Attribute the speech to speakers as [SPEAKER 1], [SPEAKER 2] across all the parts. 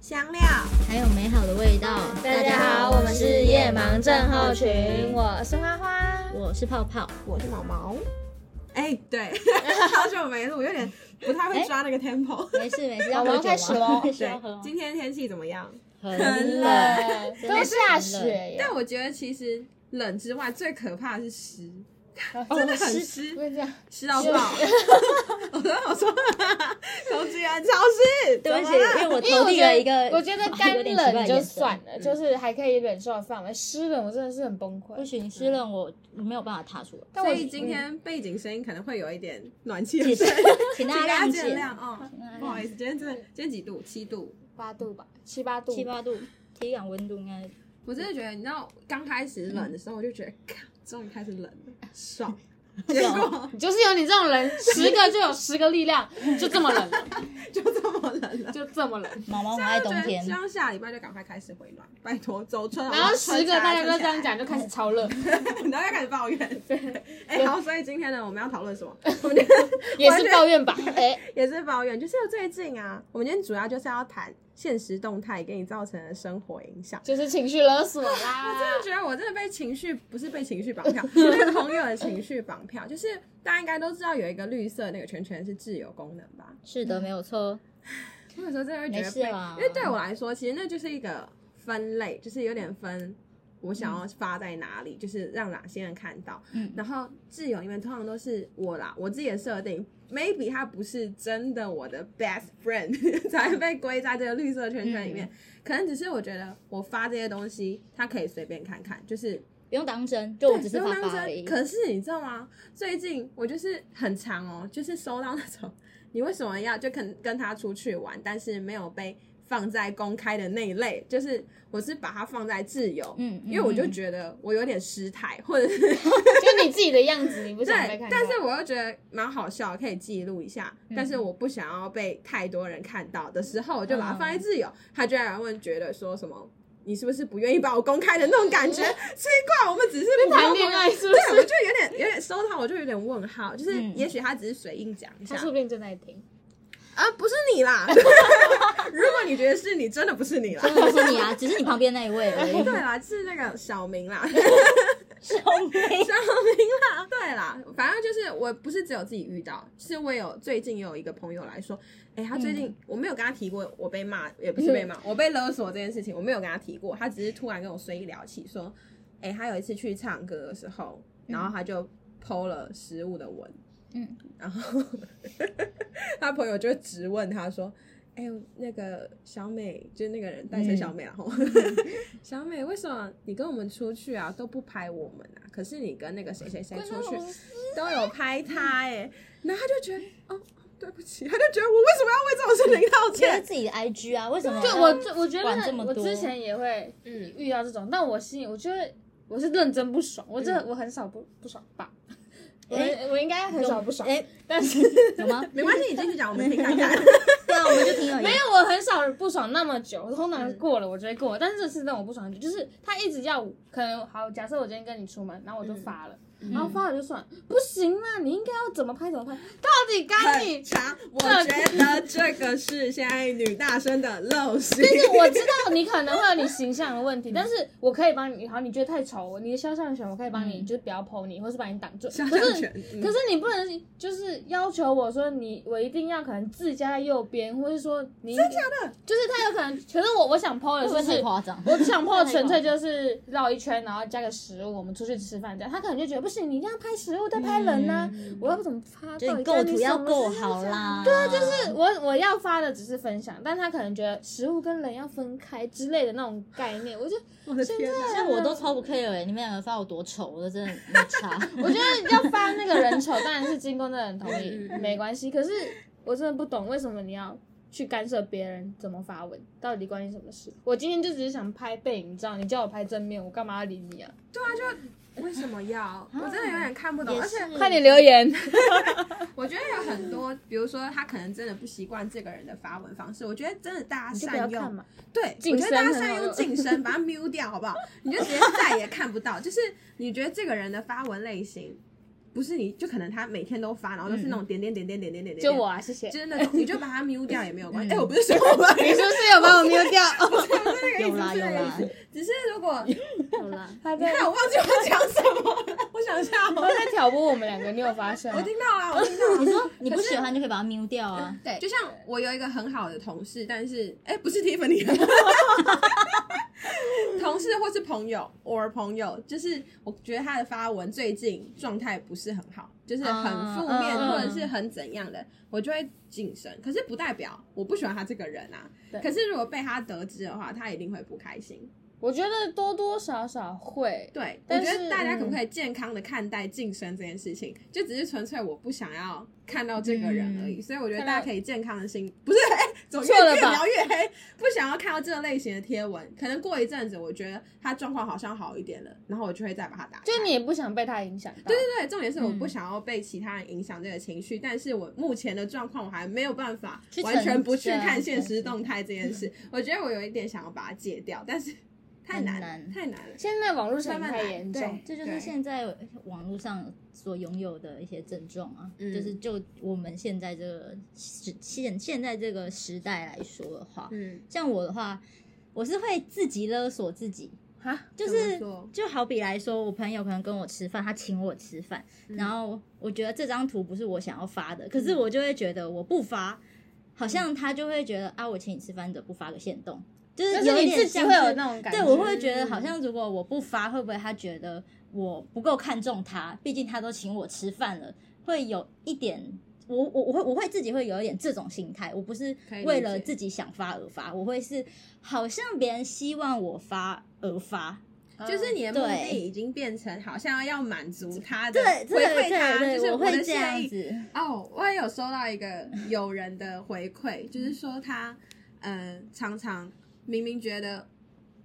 [SPEAKER 1] 香料，
[SPEAKER 2] 还有美好的味道。
[SPEAKER 3] 大家好，我们是夜盲症候群，我是花花。
[SPEAKER 2] 我是泡泡，
[SPEAKER 1] 我是毛毛。哎、对，好久没录，有点不太会抓那个 tempo。
[SPEAKER 2] 没事没事，要
[SPEAKER 3] 我
[SPEAKER 2] 喝
[SPEAKER 3] 们
[SPEAKER 2] 酒
[SPEAKER 3] 开始
[SPEAKER 2] 吗
[SPEAKER 3] 喽
[SPEAKER 2] 需要
[SPEAKER 1] 对
[SPEAKER 2] 喝，吗
[SPEAKER 1] 今天天气怎么样？
[SPEAKER 2] 很冷，
[SPEAKER 3] 冷，
[SPEAKER 2] 真的
[SPEAKER 3] 都下
[SPEAKER 2] 是
[SPEAKER 3] 雪
[SPEAKER 2] 很冷
[SPEAKER 3] 耶
[SPEAKER 1] 但！我觉得其实冷之外，最可怕的是湿，
[SPEAKER 3] 哦
[SPEAKER 1] 真的很
[SPEAKER 3] 湿
[SPEAKER 1] 湿
[SPEAKER 3] 不，是这样，
[SPEAKER 1] 湿到
[SPEAKER 3] 湿
[SPEAKER 1] 爆。 我说我说， 从居然超湿，
[SPEAKER 2] 对不
[SPEAKER 1] 怎
[SPEAKER 2] 起，
[SPEAKER 1] 么了
[SPEAKER 2] 因为我
[SPEAKER 3] 因为
[SPEAKER 2] 投
[SPEAKER 3] 我
[SPEAKER 2] 递
[SPEAKER 3] 觉
[SPEAKER 2] 了一
[SPEAKER 3] 得
[SPEAKER 2] 个，
[SPEAKER 3] 我觉得
[SPEAKER 2] 有
[SPEAKER 3] 干
[SPEAKER 2] 点奇怪的
[SPEAKER 3] 冷就
[SPEAKER 2] 眼神
[SPEAKER 3] 算了，就是还可以忍受的范围，湿冷我真的是很崩
[SPEAKER 2] 不
[SPEAKER 3] 溃。
[SPEAKER 2] 行，湿冷我没有办法踏出来。
[SPEAKER 3] 但
[SPEAKER 1] 所
[SPEAKER 3] 我
[SPEAKER 1] 以今天背景声音可能会有一点暖气的
[SPEAKER 2] 请
[SPEAKER 1] 声音，请
[SPEAKER 2] 请大
[SPEAKER 1] 大家
[SPEAKER 2] 家谅
[SPEAKER 1] 见
[SPEAKER 2] 解，
[SPEAKER 1] 谅哦。不好意思，今天真的今天几度？七度。
[SPEAKER 3] 八度吧，七八度，
[SPEAKER 2] 七八度，体感温度应该
[SPEAKER 1] 我真的觉得，你知道刚开始冷的时候，我就觉得，咔终于开始冷了， 爽。结果
[SPEAKER 3] 你就是有你这种人，十个就有十个力量，就这么冷，
[SPEAKER 1] 就这么冷 了。
[SPEAKER 3] 就这么冷。
[SPEAKER 2] 毛毛很爱冬天
[SPEAKER 1] 希，望下礼拜就赶快开始回暖，拜托走春。
[SPEAKER 3] 然后
[SPEAKER 1] 好
[SPEAKER 3] 十个大家都这样，
[SPEAKER 1] 春
[SPEAKER 3] 讲，就开始超热，
[SPEAKER 1] 夏天然后又开始抱怨。对，哎、好，所以今天呢，我们要讨论什么？我们
[SPEAKER 3] 也是抱怨吧。哎，
[SPEAKER 1] 也是抱怨，就是最近啊，我们今天主要就是要谈现实动态给你造成的生活影响。
[SPEAKER 3] 就是情绪勒索啦。
[SPEAKER 1] 我真的觉得我真的被情绪，不是被情绪绑票，是被朋友的情绪绑票。就是大家应该都知道有一个绿色那个圈圈是自由功能吧？
[SPEAKER 2] 是的，没有错，
[SPEAKER 1] 我有时候真的会觉得
[SPEAKER 2] 没
[SPEAKER 1] 被，
[SPEAKER 2] 事啦
[SPEAKER 1] 因为对我来说，其实那就是一个分类，就是有点分。我想要发在哪里，就是让哪些人看到。
[SPEAKER 2] 嗯
[SPEAKER 1] 然后挚友，因为通常都是我啦，我自己的设定，maybe 他不是真的我的 best friend，才被归在这个绿色圈圈里面。
[SPEAKER 2] 嗯
[SPEAKER 1] 可能只是我觉得我发这些东西，他可以随便看看，就是
[SPEAKER 2] 不用当真，就我只是
[SPEAKER 1] 不
[SPEAKER 2] 发
[SPEAKER 1] 用当
[SPEAKER 2] 发而
[SPEAKER 1] 真。
[SPEAKER 2] 已。
[SPEAKER 1] 可是你知道吗？最近我就是很长哦，就是收到那种你为什么要就跟跟他出去玩，但是没有被放在公开的那一类，就是我是把它放在自由，
[SPEAKER 2] 嗯嗯
[SPEAKER 1] 因为我就
[SPEAKER 2] 嗯
[SPEAKER 1] 觉得我有点失态，或者是
[SPEAKER 3] 就你自己的样子，你不想被
[SPEAKER 1] 对
[SPEAKER 3] 看，到。
[SPEAKER 1] 但是我又觉得蛮好笑，可以记录一下。
[SPEAKER 2] 嗯
[SPEAKER 1] 但是我不想要被太多人看到的时候，我就把它放在
[SPEAKER 2] 嗯
[SPEAKER 1] 自由。他居然问，觉得说什么？你是不是不愿意把我公开的那种 感觉？奇怪，我们只是不
[SPEAKER 3] 谈恋爱是不
[SPEAKER 1] 对，我
[SPEAKER 3] 是？
[SPEAKER 1] 就有点有点收到，我就有点问号，就是
[SPEAKER 2] 嗯
[SPEAKER 1] 也许他只是随意讲一下
[SPEAKER 3] 他说不定正在听，
[SPEAKER 1] 啊，不是你啦。如果你觉得是你，真的不是 你啦。
[SPEAKER 2] 真的不是你啊，只是你旁边那一位 而已。
[SPEAKER 1] 对啦，是那个小明啦，小明，小明啦，对啦，反正就是我不是只有自己遇到，是我有最近有一个朋友来说，哎、他最近、我没有跟他提过我被骂，也不是被骂，我被勒索这件事情，我没有跟他提过，他只是突然跟我随意聊起说，哎、他有一次去唱歌的时候，然后他就剖了食物的文，
[SPEAKER 2] 嗯，
[SPEAKER 1] 然后 他朋友就直问他说。哎、那个小美，就是那个人代称小美，然 后、小美，为什么你跟我们出去啊都不拍我们啊？可是你跟那个谁谁谁出去都有拍他哎、然后他就觉得哦，对不起，他就觉得我为什么要为这种事情道
[SPEAKER 2] 就是
[SPEAKER 1] 歉？
[SPEAKER 2] 自己的 IG 啊，为什么？
[SPEAKER 3] 就我就我觉
[SPEAKER 2] 管这么
[SPEAKER 3] 得我
[SPEAKER 2] 多
[SPEAKER 3] 之前也会
[SPEAKER 1] 嗯，
[SPEAKER 3] 遇到这种，但我心里我觉得我是认真不爽，我真
[SPEAKER 2] 嗯
[SPEAKER 3] 的我很少不不爽吧， 我
[SPEAKER 2] 哎
[SPEAKER 3] 我应该很少不爽，
[SPEAKER 2] 哎，
[SPEAKER 3] 但是
[SPEAKER 2] 有吗？
[SPEAKER 1] 没关系，你继续讲，我们听看看。
[SPEAKER 2] 对啊，我们就挺有
[SPEAKER 3] 没有我很少不爽那么久，我通常是过了我就会过，但是这次让我不爽很久，就是他一直要我可能好，假设我今天跟你出门，然后我就发了，
[SPEAKER 2] 嗯
[SPEAKER 3] 然后发了就算，不行啦，你应该要怎么拍怎么拍，到底该你
[SPEAKER 1] 很长，我觉得这个是现在女大生的 陋习。
[SPEAKER 3] 就是我知道你可能会有你形象的问题，但是我可以帮你。好，你觉得太丑，你的肖像权我可以帮你，就是不要剖你，或是把你挡住。
[SPEAKER 1] 肖
[SPEAKER 3] 可
[SPEAKER 1] 像
[SPEAKER 3] 是
[SPEAKER 1] 权，嗯
[SPEAKER 3] 可是你不能就是要求我说你我一定要可能字加在右边，或是说你真假的，就是他有可能。可是我我想剖的
[SPEAKER 2] 会不会
[SPEAKER 3] 是
[SPEAKER 2] 太夸张？
[SPEAKER 3] 我想破纯粹就是绕一圈，然后加个食物，我们出去吃饭这样。他可能就觉得不行，你一定要拍食物，再拍人呢、我要不怎么发？
[SPEAKER 2] 就是你
[SPEAKER 3] 到
[SPEAKER 2] 构
[SPEAKER 3] 底
[SPEAKER 2] 图
[SPEAKER 3] 该
[SPEAKER 2] 要
[SPEAKER 3] 什么
[SPEAKER 2] 够
[SPEAKER 3] 时候
[SPEAKER 2] 好啦。
[SPEAKER 3] 对啊，就是我我要发的只是分享，但他可能觉得食物跟人要分开之类的那种概念，我就啊
[SPEAKER 1] 我的天哪！
[SPEAKER 2] 像我都超不 care 哎、你们两个发我多丑，我都真的没差。
[SPEAKER 3] 我觉得要发那个人丑，当然是经过那个人同
[SPEAKER 1] 嗯
[SPEAKER 3] 意，没关系。可是我真的不懂为什么你要去干涉别人怎么发文，到底关你什么事？我今天就只是想拍背影照，你叫我拍正面，我干嘛要理你
[SPEAKER 1] 嗯
[SPEAKER 3] 啊？
[SPEAKER 1] 为什么要？我真的有点看不懂，
[SPEAKER 2] 也
[SPEAKER 1] 而且
[SPEAKER 2] 是
[SPEAKER 3] 快点留言，
[SPEAKER 1] 我觉得有很多，比如说他可能真的不习惯这个人的发文方式，我觉得真的大家
[SPEAKER 3] 你就不要
[SPEAKER 1] 善
[SPEAKER 3] 看
[SPEAKER 1] 用
[SPEAKER 3] 嘛。
[SPEAKER 1] 对，我
[SPEAKER 3] 晋
[SPEAKER 1] 觉得大家
[SPEAKER 3] 升
[SPEAKER 1] 善
[SPEAKER 3] 很
[SPEAKER 1] 用
[SPEAKER 3] 好
[SPEAKER 1] 晋升，把它 mute 掉，好不好？你就直接再也看不到。就是你觉得这个人的发文类型，不是你就可能他每天都发，然后都是那种点点点点点点点
[SPEAKER 3] 嗯
[SPEAKER 1] 点，
[SPEAKER 3] 就我嗯啊，谢谢。
[SPEAKER 1] 就是那种，你就把它 mute 掉也没有关系。哎，我不是说我把
[SPEAKER 2] 你是不是有把我瞄掉？
[SPEAKER 1] 不是那个意思，
[SPEAKER 2] 有
[SPEAKER 1] 不
[SPEAKER 2] 啦
[SPEAKER 1] 是
[SPEAKER 2] 有
[SPEAKER 1] 那个意
[SPEAKER 2] 啦，
[SPEAKER 1] 思，只是如 果
[SPEAKER 3] 好啦，他
[SPEAKER 1] 你
[SPEAKER 3] 在
[SPEAKER 1] 看我忘记我讲什么了，我想一下哦，
[SPEAKER 3] 他 在挑拨我们两个，你有发现
[SPEAKER 1] 我
[SPEAKER 3] 吗？
[SPEAKER 1] 听到了，我听到了。
[SPEAKER 2] 你说你不喜欢就可以把它瞄掉啊？
[SPEAKER 3] 对
[SPEAKER 1] 就像我有一个很好的同事，但是哎、不是 Tiffany，同事或是朋友，偶尔朋友，就是我觉得他的发文最近状态不是很好，就是很负面、
[SPEAKER 2] 嗯嗯嗯
[SPEAKER 1] 或者是很怎样的，我就会谨慎。可是不代表我不喜欢他这个人啊
[SPEAKER 3] 对。
[SPEAKER 1] 可是如果被他得知的话，他一定会不开心。
[SPEAKER 3] 我觉得多多少少会，
[SPEAKER 1] 对，我
[SPEAKER 3] 但
[SPEAKER 1] 觉
[SPEAKER 3] 是嗯
[SPEAKER 1] 得大家可不可以健康的看待晋升这件事情？就只是纯粹我不想要看到这个人而已，所以我觉
[SPEAKER 3] 嗯
[SPEAKER 1] 得
[SPEAKER 3] 看到
[SPEAKER 1] 大家可以健康的心，不是，哎、走越
[SPEAKER 3] 错了
[SPEAKER 1] 越
[SPEAKER 3] 吧
[SPEAKER 1] 描越黑，不想要看到这类型的贴文。可能过一阵子，我觉得他状况好像好一点了，然后我就会再把它打开。
[SPEAKER 3] 就你也不想被他影响到。
[SPEAKER 1] 对对对，重点是我
[SPEAKER 2] 嗯
[SPEAKER 1] 不想要被其他人影响这个情绪，但是我目前的状况我还没有办法
[SPEAKER 2] 去
[SPEAKER 1] 完全
[SPEAKER 2] 承
[SPEAKER 1] 不去
[SPEAKER 2] 对啊
[SPEAKER 1] 看现实动态这件
[SPEAKER 3] 嗯
[SPEAKER 1] 事。我觉得我有一点想要把它戒掉，但是太
[SPEAKER 2] 很
[SPEAKER 1] 难了，
[SPEAKER 2] 难
[SPEAKER 1] 太难了。
[SPEAKER 3] 现在网络上
[SPEAKER 1] 慢慢
[SPEAKER 3] 太
[SPEAKER 1] 来
[SPEAKER 3] 严
[SPEAKER 1] 对
[SPEAKER 3] 重，
[SPEAKER 2] 这就是
[SPEAKER 1] 对
[SPEAKER 2] 现在网络上所拥有的一些症状啊，
[SPEAKER 1] 嗯
[SPEAKER 2] 就是就我们现在这个时现现在这个时代来说的话，
[SPEAKER 1] 嗯，
[SPEAKER 2] 像我的话，我是会自己勒索自己，
[SPEAKER 1] 哈，
[SPEAKER 2] 就
[SPEAKER 1] 怎么
[SPEAKER 2] 是
[SPEAKER 1] 说
[SPEAKER 2] 就好比来说，我朋友可能跟我吃饭，他请我吃饭，
[SPEAKER 3] 嗯
[SPEAKER 2] 然后我觉得这张图不是我想要发的，可是我就会觉得我不发，好
[SPEAKER 3] 嗯
[SPEAKER 2] 像他就会觉得啊，我请你吃饭，你怎么不发个限动？就是
[SPEAKER 3] 但
[SPEAKER 2] 有
[SPEAKER 3] 是你
[SPEAKER 2] 点
[SPEAKER 3] 自己
[SPEAKER 2] 像
[SPEAKER 3] 会
[SPEAKER 2] 是
[SPEAKER 3] 有那种感觉。嗯
[SPEAKER 2] 对，我会觉得好像如果我不发，会不会他觉得我不够看重他？毕竟他都请我吃饭了，会有一点。我我我会我会自己会有一点这种心态，我不是
[SPEAKER 1] 可以理
[SPEAKER 2] 为了
[SPEAKER 1] 解
[SPEAKER 2] 自己想发而发，我会是好像别人希望我发而发，
[SPEAKER 3] 嗯
[SPEAKER 1] 就是你的目的
[SPEAKER 2] 嗯对
[SPEAKER 1] 已经变成好像要满足他的
[SPEAKER 2] 对
[SPEAKER 1] 回
[SPEAKER 2] 对对
[SPEAKER 1] 馈他，
[SPEAKER 2] 对，
[SPEAKER 1] 就是
[SPEAKER 2] 我
[SPEAKER 1] 我
[SPEAKER 2] 会
[SPEAKER 1] 的
[SPEAKER 2] 这样
[SPEAKER 1] 谢意。
[SPEAKER 3] 嗯
[SPEAKER 2] 子，
[SPEAKER 1] 哦，我也有收到一个友人的回馈， 就是说他呃常常明明觉得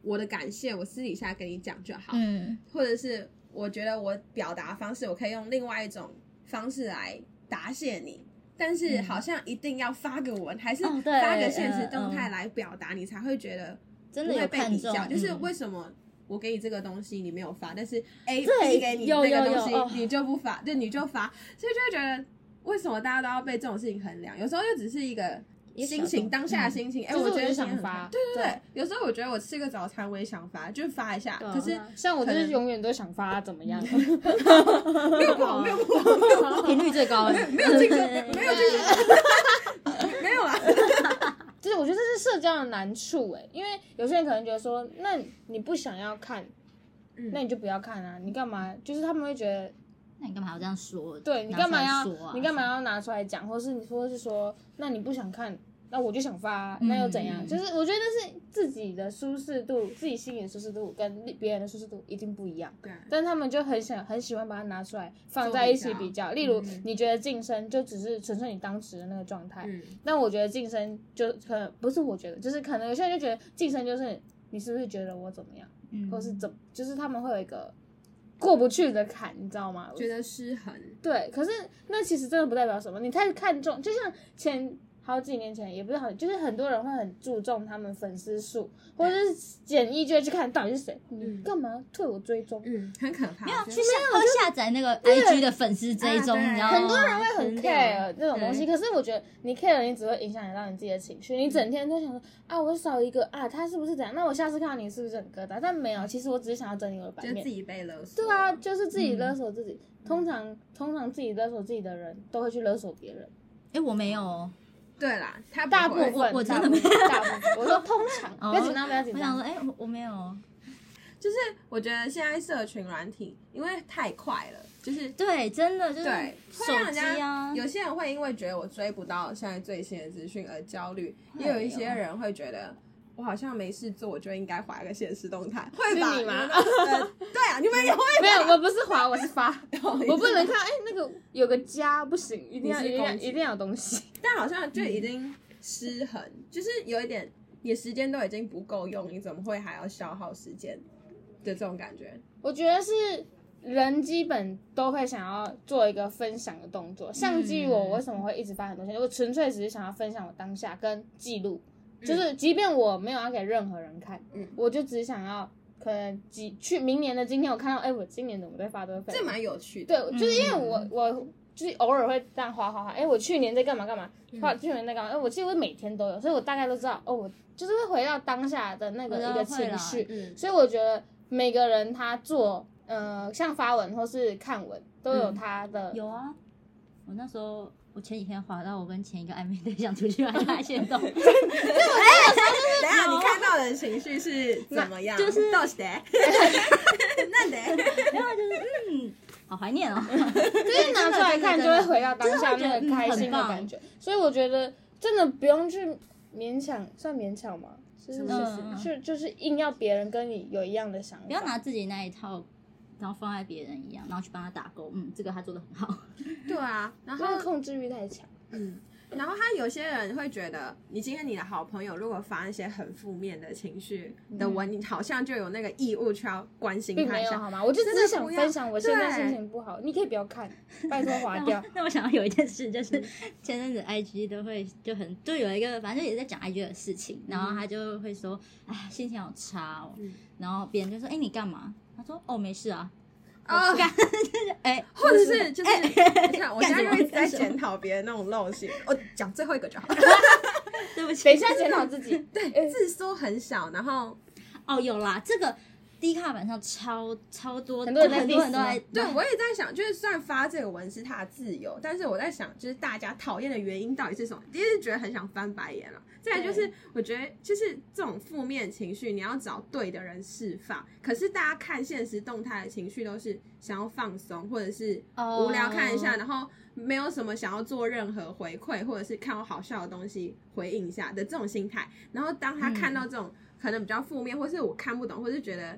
[SPEAKER 1] 我的感谢我私底下跟你讲就好，
[SPEAKER 2] 嗯，
[SPEAKER 1] 或者是我觉得我表达方式我可以用另外一种方式来答谢你。但是
[SPEAKER 2] 嗯
[SPEAKER 1] 好像一定要发个文，还是
[SPEAKER 2] 哦对
[SPEAKER 1] 发个现实
[SPEAKER 2] 嗯
[SPEAKER 1] 动态
[SPEAKER 2] 嗯
[SPEAKER 1] 来表达，你才会觉得
[SPEAKER 2] 真
[SPEAKER 1] 不
[SPEAKER 2] 的
[SPEAKER 1] 会
[SPEAKER 2] 有
[SPEAKER 1] 被
[SPEAKER 2] 看
[SPEAKER 1] 比较，
[SPEAKER 2] 重，
[SPEAKER 1] 就是
[SPEAKER 2] 嗯哎
[SPEAKER 1] 为什么我给你这个东西你没有发，但是 A
[SPEAKER 2] 对
[SPEAKER 1] B 给你
[SPEAKER 3] 有
[SPEAKER 1] 那个
[SPEAKER 3] 有有
[SPEAKER 1] 东
[SPEAKER 3] 哦
[SPEAKER 1] 西你就不发，就你就发，所以就会觉得为什么大家都要被这种事情衡量？有时候就只是一个
[SPEAKER 2] 一个小
[SPEAKER 1] 心情，
[SPEAKER 2] 动
[SPEAKER 1] 当下的
[SPEAKER 2] 嗯
[SPEAKER 1] 心情。哎，
[SPEAKER 3] 就是
[SPEAKER 1] 我
[SPEAKER 3] 我
[SPEAKER 1] 觉
[SPEAKER 3] 就
[SPEAKER 1] 得
[SPEAKER 3] 想
[SPEAKER 1] 今天很
[SPEAKER 3] 发
[SPEAKER 1] 开对
[SPEAKER 3] 对
[SPEAKER 1] 对对，有时候我觉得我吃个早餐我也想发，就发一下，
[SPEAKER 2] 对啊
[SPEAKER 1] 可是
[SPEAKER 3] 像我就
[SPEAKER 1] 嗯可
[SPEAKER 3] 是
[SPEAKER 1] 能嗯
[SPEAKER 3] 永远都想发怎么样， 哦
[SPEAKER 1] 没有不好，没有不好，没有不好，
[SPEAKER 2] 频率最 高了，嗯
[SPEAKER 1] 没有竞争，没有竞争，没有啊啦。
[SPEAKER 2] 啊
[SPEAKER 3] 就是我觉得这是社交的难处哎、因为有些人可能觉得说，那你不想要看，
[SPEAKER 1] 嗯
[SPEAKER 3] 那你就不要看啊，你干嘛？就是他们会觉得，
[SPEAKER 2] 那你干嘛要这样说？
[SPEAKER 3] 对你
[SPEAKER 2] 拿出
[SPEAKER 3] 干嘛
[SPEAKER 2] 来
[SPEAKER 3] 要、
[SPEAKER 2] 说啊
[SPEAKER 3] 你干嘛要拿出来讲，或是你说是说，那你不想看，那我就想发啊、那又怎样？
[SPEAKER 2] 嗯
[SPEAKER 3] 就是我觉得是自己的舒适度，自己心里的舒适度跟别人的舒适度一定不一样。
[SPEAKER 1] 对啊
[SPEAKER 3] 但他们就很想很喜欢把它拿出来放在一起
[SPEAKER 1] 做比
[SPEAKER 3] 比
[SPEAKER 1] 较
[SPEAKER 3] 较。例如
[SPEAKER 1] 嗯，
[SPEAKER 3] 你觉得晋升就只是纯粹你当时的那个状态，
[SPEAKER 1] 嗯
[SPEAKER 3] 那我觉得晋升就可能不是我觉得，就是可能有些人就觉得晋升就是你是不是觉得我怎么样，
[SPEAKER 2] 嗯
[SPEAKER 3] 或是怎么，就是他们会有一个过不去的坎，你知道吗？
[SPEAKER 1] 觉得失衡，
[SPEAKER 3] 对，可是那其实真的不代表什么，你太看重，就像前好几年前也不是好，就是很多人会很注重他们粉丝数，或者是简易就会去看到底是谁，你干嘛退我追踪？
[SPEAKER 1] 嗯，很可怕。
[SPEAKER 2] 没有
[SPEAKER 1] 我觉
[SPEAKER 2] 啊去
[SPEAKER 1] 得
[SPEAKER 2] 下要下载那个 IG 的粉丝追踪，
[SPEAKER 1] 啊对
[SPEAKER 3] 很
[SPEAKER 2] 你知道吗？
[SPEAKER 3] 多人会很
[SPEAKER 2] 真的
[SPEAKER 3] care 这种东西，
[SPEAKER 2] 对
[SPEAKER 3] 可是我觉得你 care 你只会影响到你自己的情绪，
[SPEAKER 1] 嗯
[SPEAKER 3] 你整天都想说啊，我少一个啊，他是不是这样？那我下次看到你是不是很疙瘩？但没有，其实我只是想要整理我的版
[SPEAKER 1] 就自
[SPEAKER 3] 面。
[SPEAKER 1] 己嗯被勒索。
[SPEAKER 3] 对啊，就是自己勒索自己。通常通常自己勒索自己的人都会去勒索别人，
[SPEAKER 2] 哎，我没有哦，
[SPEAKER 1] 对啦，他不
[SPEAKER 3] 大部
[SPEAKER 1] 会
[SPEAKER 3] 分
[SPEAKER 2] 我我真的
[SPEAKER 3] 大
[SPEAKER 2] 没
[SPEAKER 3] 部分大部分。我说通常，
[SPEAKER 2] 哦
[SPEAKER 3] 不要紧张，不要紧
[SPEAKER 2] 我想
[SPEAKER 3] 张
[SPEAKER 2] 说，。哎，我我没有哦，
[SPEAKER 1] 就是我觉得现在社群软体因为太快了，就是
[SPEAKER 2] 对，真的就是
[SPEAKER 1] 对，会让
[SPEAKER 2] 嗯手
[SPEAKER 1] 人
[SPEAKER 2] 机
[SPEAKER 1] 家
[SPEAKER 2] 啊，
[SPEAKER 1] 有些人会因为觉得我追不到现在最新的资讯而焦虑，也有一些人会觉得。我好像没事做，我就应该划一个现实动态，会吧？
[SPEAKER 3] 是你吗
[SPEAKER 1] 呃 对啊，你们也会
[SPEAKER 3] 没有，我不是滑，我是 发，
[SPEAKER 1] 有
[SPEAKER 3] 我不能看。哎，那个有个家不行，一定要
[SPEAKER 1] 你
[SPEAKER 3] 一
[SPEAKER 1] 是
[SPEAKER 3] 定要
[SPEAKER 1] 攻击
[SPEAKER 3] 一定要有东西。
[SPEAKER 1] 但好像就已经失衡，就是有一点，你的时间都已经不够用，你怎么会还要消耗时间的这种感觉？
[SPEAKER 3] 我觉得是人基本都会想要做一个分享的动
[SPEAKER 2] 嗯
[SPEAKER 3] 作，像基于我为什么会一直发很多东西，我纯粹只是想要分享我当
[SPEAKER 2] 嗯
[SPEAKER 3] 下跟记录，就是即便我没有要给任何人看，
[SPEAKER 1] 嗯
[SPEAKER 3] 我就只想要可能几去明年的今天，我看到哎、我今年怎么在发这个费
[SPEAKER 1] 这
[SPEAKER 3] 用？
[SPEAKER 1] 蛮有趣的。
[SPEAKER 3] 对，就是因为我我就是偶尔会这样划划划，哎、我去年在干嘛干嘛，划去年在干嘛，哎、我几乎每天都有，所以我大概都知道，哦，我就是会回到当下的那个
[SPEAKER 2] 我知道
[SPEAKER 3] 一个
[SPEAKER 2] 会啦
[SPEAKER 3] 情绪，
[SPEAKER 1] 嗯，
[SPEAKER 3] 所以我觉得每个人他做，呃，像发文或是看文，都有他的，
[SPEAKER 2] 有啊，我那时候我前几天滑到我跟前一个暧昧对象出去玩大线洞，
[SPEAKER 1] 等一下你看到的情绪是怎么样？
[SPEAKER 2] 就是
[SPEAKER 1] 到谁？那得
[SPEAKER 2] 然后就是嗯，好怀念哦。
[SPEAKER 3] 就是拿出来看就会回到当下
[SPEAKER 2] 真
[SPEAKER 3] 那个
[SPEAKER 2] 的真的
[SPEAKER 3] 开心的感觉。所以我觉得真的不用去勉强，算勉强吗？就是
[SPEAKER 1] 什么意思
[SPEAKER 2] 嗯
[SPEAKER 3] 是就是硬要别人跟你有一样的想法，
[SPEAKER 2] 不要拿自己那一套，然后放在别人一样，然后去帮他打勾。嗯，这个他做的很好。
[SPEAKER 1] 对啊，然
[SPEAKER 3] 因
[SPEAKER 1] 后
[SPEAKER 3] 为控制欲太强。
[SPEAKER 1] 嗯，然后他有些人会觉得，你今天你的好朋友如果发一些很负面的情绪的文，你好像就有那个义务去要关心
[SPEAKER 3] 并
[SPEAKER 1] 他
[SPEAKER 3] 没
[SPEAKER 1] 一
[SPEAKER 3] 有
[SPEAKER 1] 下。
[SPEAKER 3] 好吗？我就只是想分享我现在
[SPEAKER 1] 真的不要
[SPEAKER 3] 心情不好，你可以不要看，拜托划 掉。
[SPEAKER 2] 那我想到有一 件事，就是前阵子 IG 都会就很就有一个，反正也在讲 IG 的事情，然后
[SPEAKER 3] 嗯
[SPEAKER 2] 他就会说，哎，心情好差哦。
[SPEAKER 1] 嗯
[SPEAKER 2] 然后别人就说，哎，你干嘛？他说，哦，没事啊。
[SPEAKER 1] 啊，
[SPEAKER 2] 哎，
[SPEAKER 1] 或者是就是，你看我现在就一直在
[SPEAKER 2] 干什么
[SPEAKER 1] 检讨别人那种陋习。我讲最后一个就好，
[SPEAKER 2] 对不起，
[SPEAKER 3] 等一下检讨自己，
[SPEAKER 1] 对，字数很小，然后
[SPEAKER 2] 哦，有啦，这个低卡版上超超多，
[SPEAKER 3] 很多人在
[SPEAKER 2] 很多人
[SPEAKER 3] diss
[SPEAKER 2] 都在
[SPEAKER 1] 对我也在想，就是虽然发这个文是他的自由，但是我在想，就是大家讨厌的原因到底是什么？第一是觉得很想翻白眼了，再来就是我觉得就是这种负面情绪，你要找对的人释放。可是大家看现实动态的情绪都是想要放松，或者是
[SPEAKER 2] 哦
[SPEAKER 1] 无聊看一下，然后没有什么想要做任何回馈，或者是看到好笑的东西回应一下的这种心态。然后当他看到这种可能比较负面，或是我看不懂，或是觉得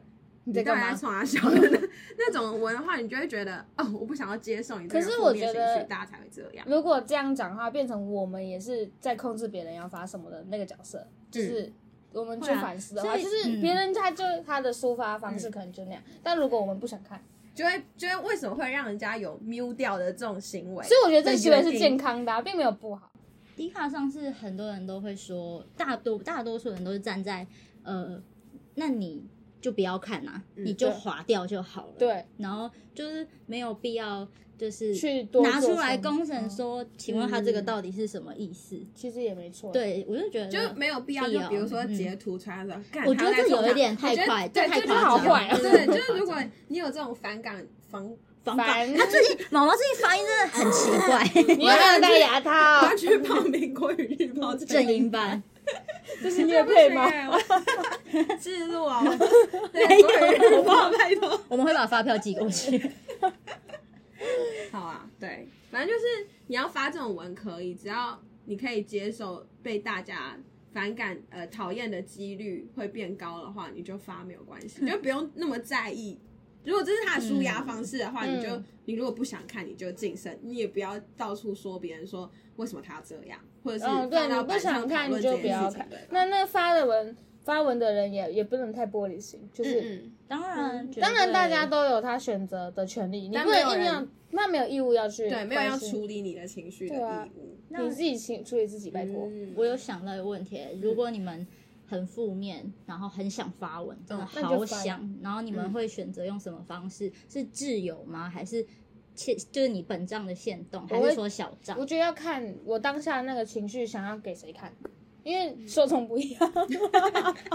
[SPEAKER 3] 你
[SPEAKER 1] 你
[SPEAKER 3] 在
[SPEAKER 1] 到
[SPEAKER 3] 干
[SPEAKER 1] 底在
[SPEAKER 3] 嘛？
[SPEAKER 1] 冲他笑的那那种文的话，你就会觉得哦，我不想要接受你这
[SPEAKER 3] 可
[SPEAKER 1] 个
[SPEAKER 3] 是
[SPEAKER 1] 负
[SPEAKER 3] 我
[SPEAKER 1] 面
[SPEAKER 3] 觉
[SPEAKER 1] 情
[SPEAKER 3] 得
[SPEAKER 1] 绪，大家才会这样。
[SPEAKER 3] 如果这样讲的话，变成我们也是在控制别人要发什么的那个角色，就是我们去
[SPEAKER 2] 会啊
[SPEAKER 3] 反思的话，
[SPEAKER 2] 所以
[SPEAKER 3] 就是
[SPEAKER 2] 嗯
[SPEAKER 3] 别人他就他的抒发方式可能就那样，但如果我们不想看，
[SPEAKER 1] 就会就会为什么会让人家有 mute 掉的这种行为？
[SPEAKER 3] 所以我觉得这
[SPEAKER 1] 对
[SPEAKER 3] 行为
[SPEAKER 1] 决
[SPEAKER 3] 是
[SPEAKER 1] 定
[SPEAKER 3] 健康的啊，并没有不好。
[SPEAKER 2] 迪卡上是很多人都会说，大多大多数人都是站在呃，那你就不要看啊，你就
[SPEAKER 3] 对
[SPEAKER 2] 划掉就好了。，
[SPEAKER 3] 对，
[SPEAKER 2] 然后就是没有必要就是
[SPEAKER 3] 去多
[SPEAKER 2] 拿出
[SPEAKER 3] 做
[SPEAKER 2] 来
[SPEAKER 3] 什么
[SPEAKER 2] 公审说，请问他这个到底是什么意思？
[SPEAKER 3] 其实也没错。，
[SPEAKER 2] 对我就觉得
[SPEAKER 1] 就没有必要，
[SPEAKER 2] 必
[SPEAKER 1] 就
[SPEAKER 2] 要
[SPEAKER 1] 比
[SPEAKER 3] 哦
[SPEAKER 1] 如说
[SPEAKER 2] 嗯
[SPEAKER 1] 截图传的时候，
[SPEAKER 2] 我觉得这有一点太快
[SPEAKER 1] 快，
[SPEAKER 2] 这
[SPEAKER 1] 对，这
[SPEAKER 2] 太
[SPEAKER 1] 就
[SPEAKER 2] 夸
[SPEAKER 3] 张
[SPEAKER 1] 好
[SPEAKER 3] 了坏 啊
[SPEAKER 1] 对，就
[SPEAKER 2] 这太
[SPEAKER 1] 是如
[SPEAKER 2] 夸
[SPEAKER 1] 果
[SPEAKER 2] 张
[SPEAKER 1] 你有这种反感防，
[SPEAKER 2] 方法，
[SPEAKER 3] 烦。
[SPEAKER 2] 他最近毛毛最近发音真的很奇 怪，
[SPEAKER 3] 你有没有戴牙套
[SPEAKER 1] 他？去报名国语日报
[SPEAKER 3] 嗯
[SPEAKER 1] 这个
[SPEAKER 2] 正音班。
[SPEAKER 3] 这是乐配吗？
[SPEAKER 1] 啊欸 记录 啊，对，国语日报拜托。
[SPEAKER 2] 我们会把发票寄过去。
[SPEAKER 1] 好啊，对，反正就是你要发这种文可以，只要你可以接受被大家反感、呃讨厌的几率会变高的话，你就发没有关 系，就不用那么在意。如果这是他的舒压方式的话，
[SPEAKER 3] 嗯
[SPEAKER 1] 你就你如果不想看，你就晋升，你也不要到处说别人说为什么他要这样，或者是
[SPEAKER 3] 嗯，对，
[SPEAKER 1] 放
[SPEAKER 3] 你
[SPEAKER 1] 到
[SPEAKER 3] 不
[SPEAKER 1] 板
[SPEAKER 3] 想
[SPEAKER 1] 上讨
[SPEAKER 3] 看
[SPEAKER 1] 论
[SPEAKER 3] 你
[SPEAKER 1] 这
[SPEAKER 3] 就
[SPEAKER 1] 件
[SPEAKER 3] 不要
[SPEAKER 1] 事情嗯
[SPEAKER 3] 看。。
[SPEAKER 1] 对吧
[SPEAKER 3] 那那发的文发文的人也也不能太玻璃心，就是。
[SPEAKER 1] 嗯
[SPEAKER 2] 当然，
[SPEAKER 3] 当然，大家都有他选择的权利，你
[SPEAKER 1] 但
[SPEAKER 3] 不
[SPEAKER 1] 没有
[SPEAKER 3] 能硬
[SPEAKER 1] 人
[SPEAKER 3] 要，那没有义务要去
[SPEAKER 1] 嗯，对，没有要
[SPEAKER 3] 关心
[SPEAKER 1] 处理你的情绪的
[SPEAKER 3] 对啊
[SPEAKER 1] 义务。
[SPEAKER 2] 那
[SPEAKER 3] 你自己清处理自己，拜托。
[SPEAKER 1] 嗯
[SPEAKER 2] 我有想到一个问题，
[SPEAKER 3] 嗯
[SPEAKER 2] 如果你们很负面，然后很想发文，真的
[SPEAKER 1] 嗯
[SPEAKER 3] 那就发
[SPEAKER 2] 好
[SPEAKER 3] 嗯
[SPEAKER 2] 想，然后你们会选择用什么方式？是自由吗？还是切就是你本账的限动，还
[SPEAKER 3] 会
[SPEAKER 2] 是说小账
[SPEAKER 3] 我？觉得要看我当下那个情绪想要给谁看，因为受众不一样。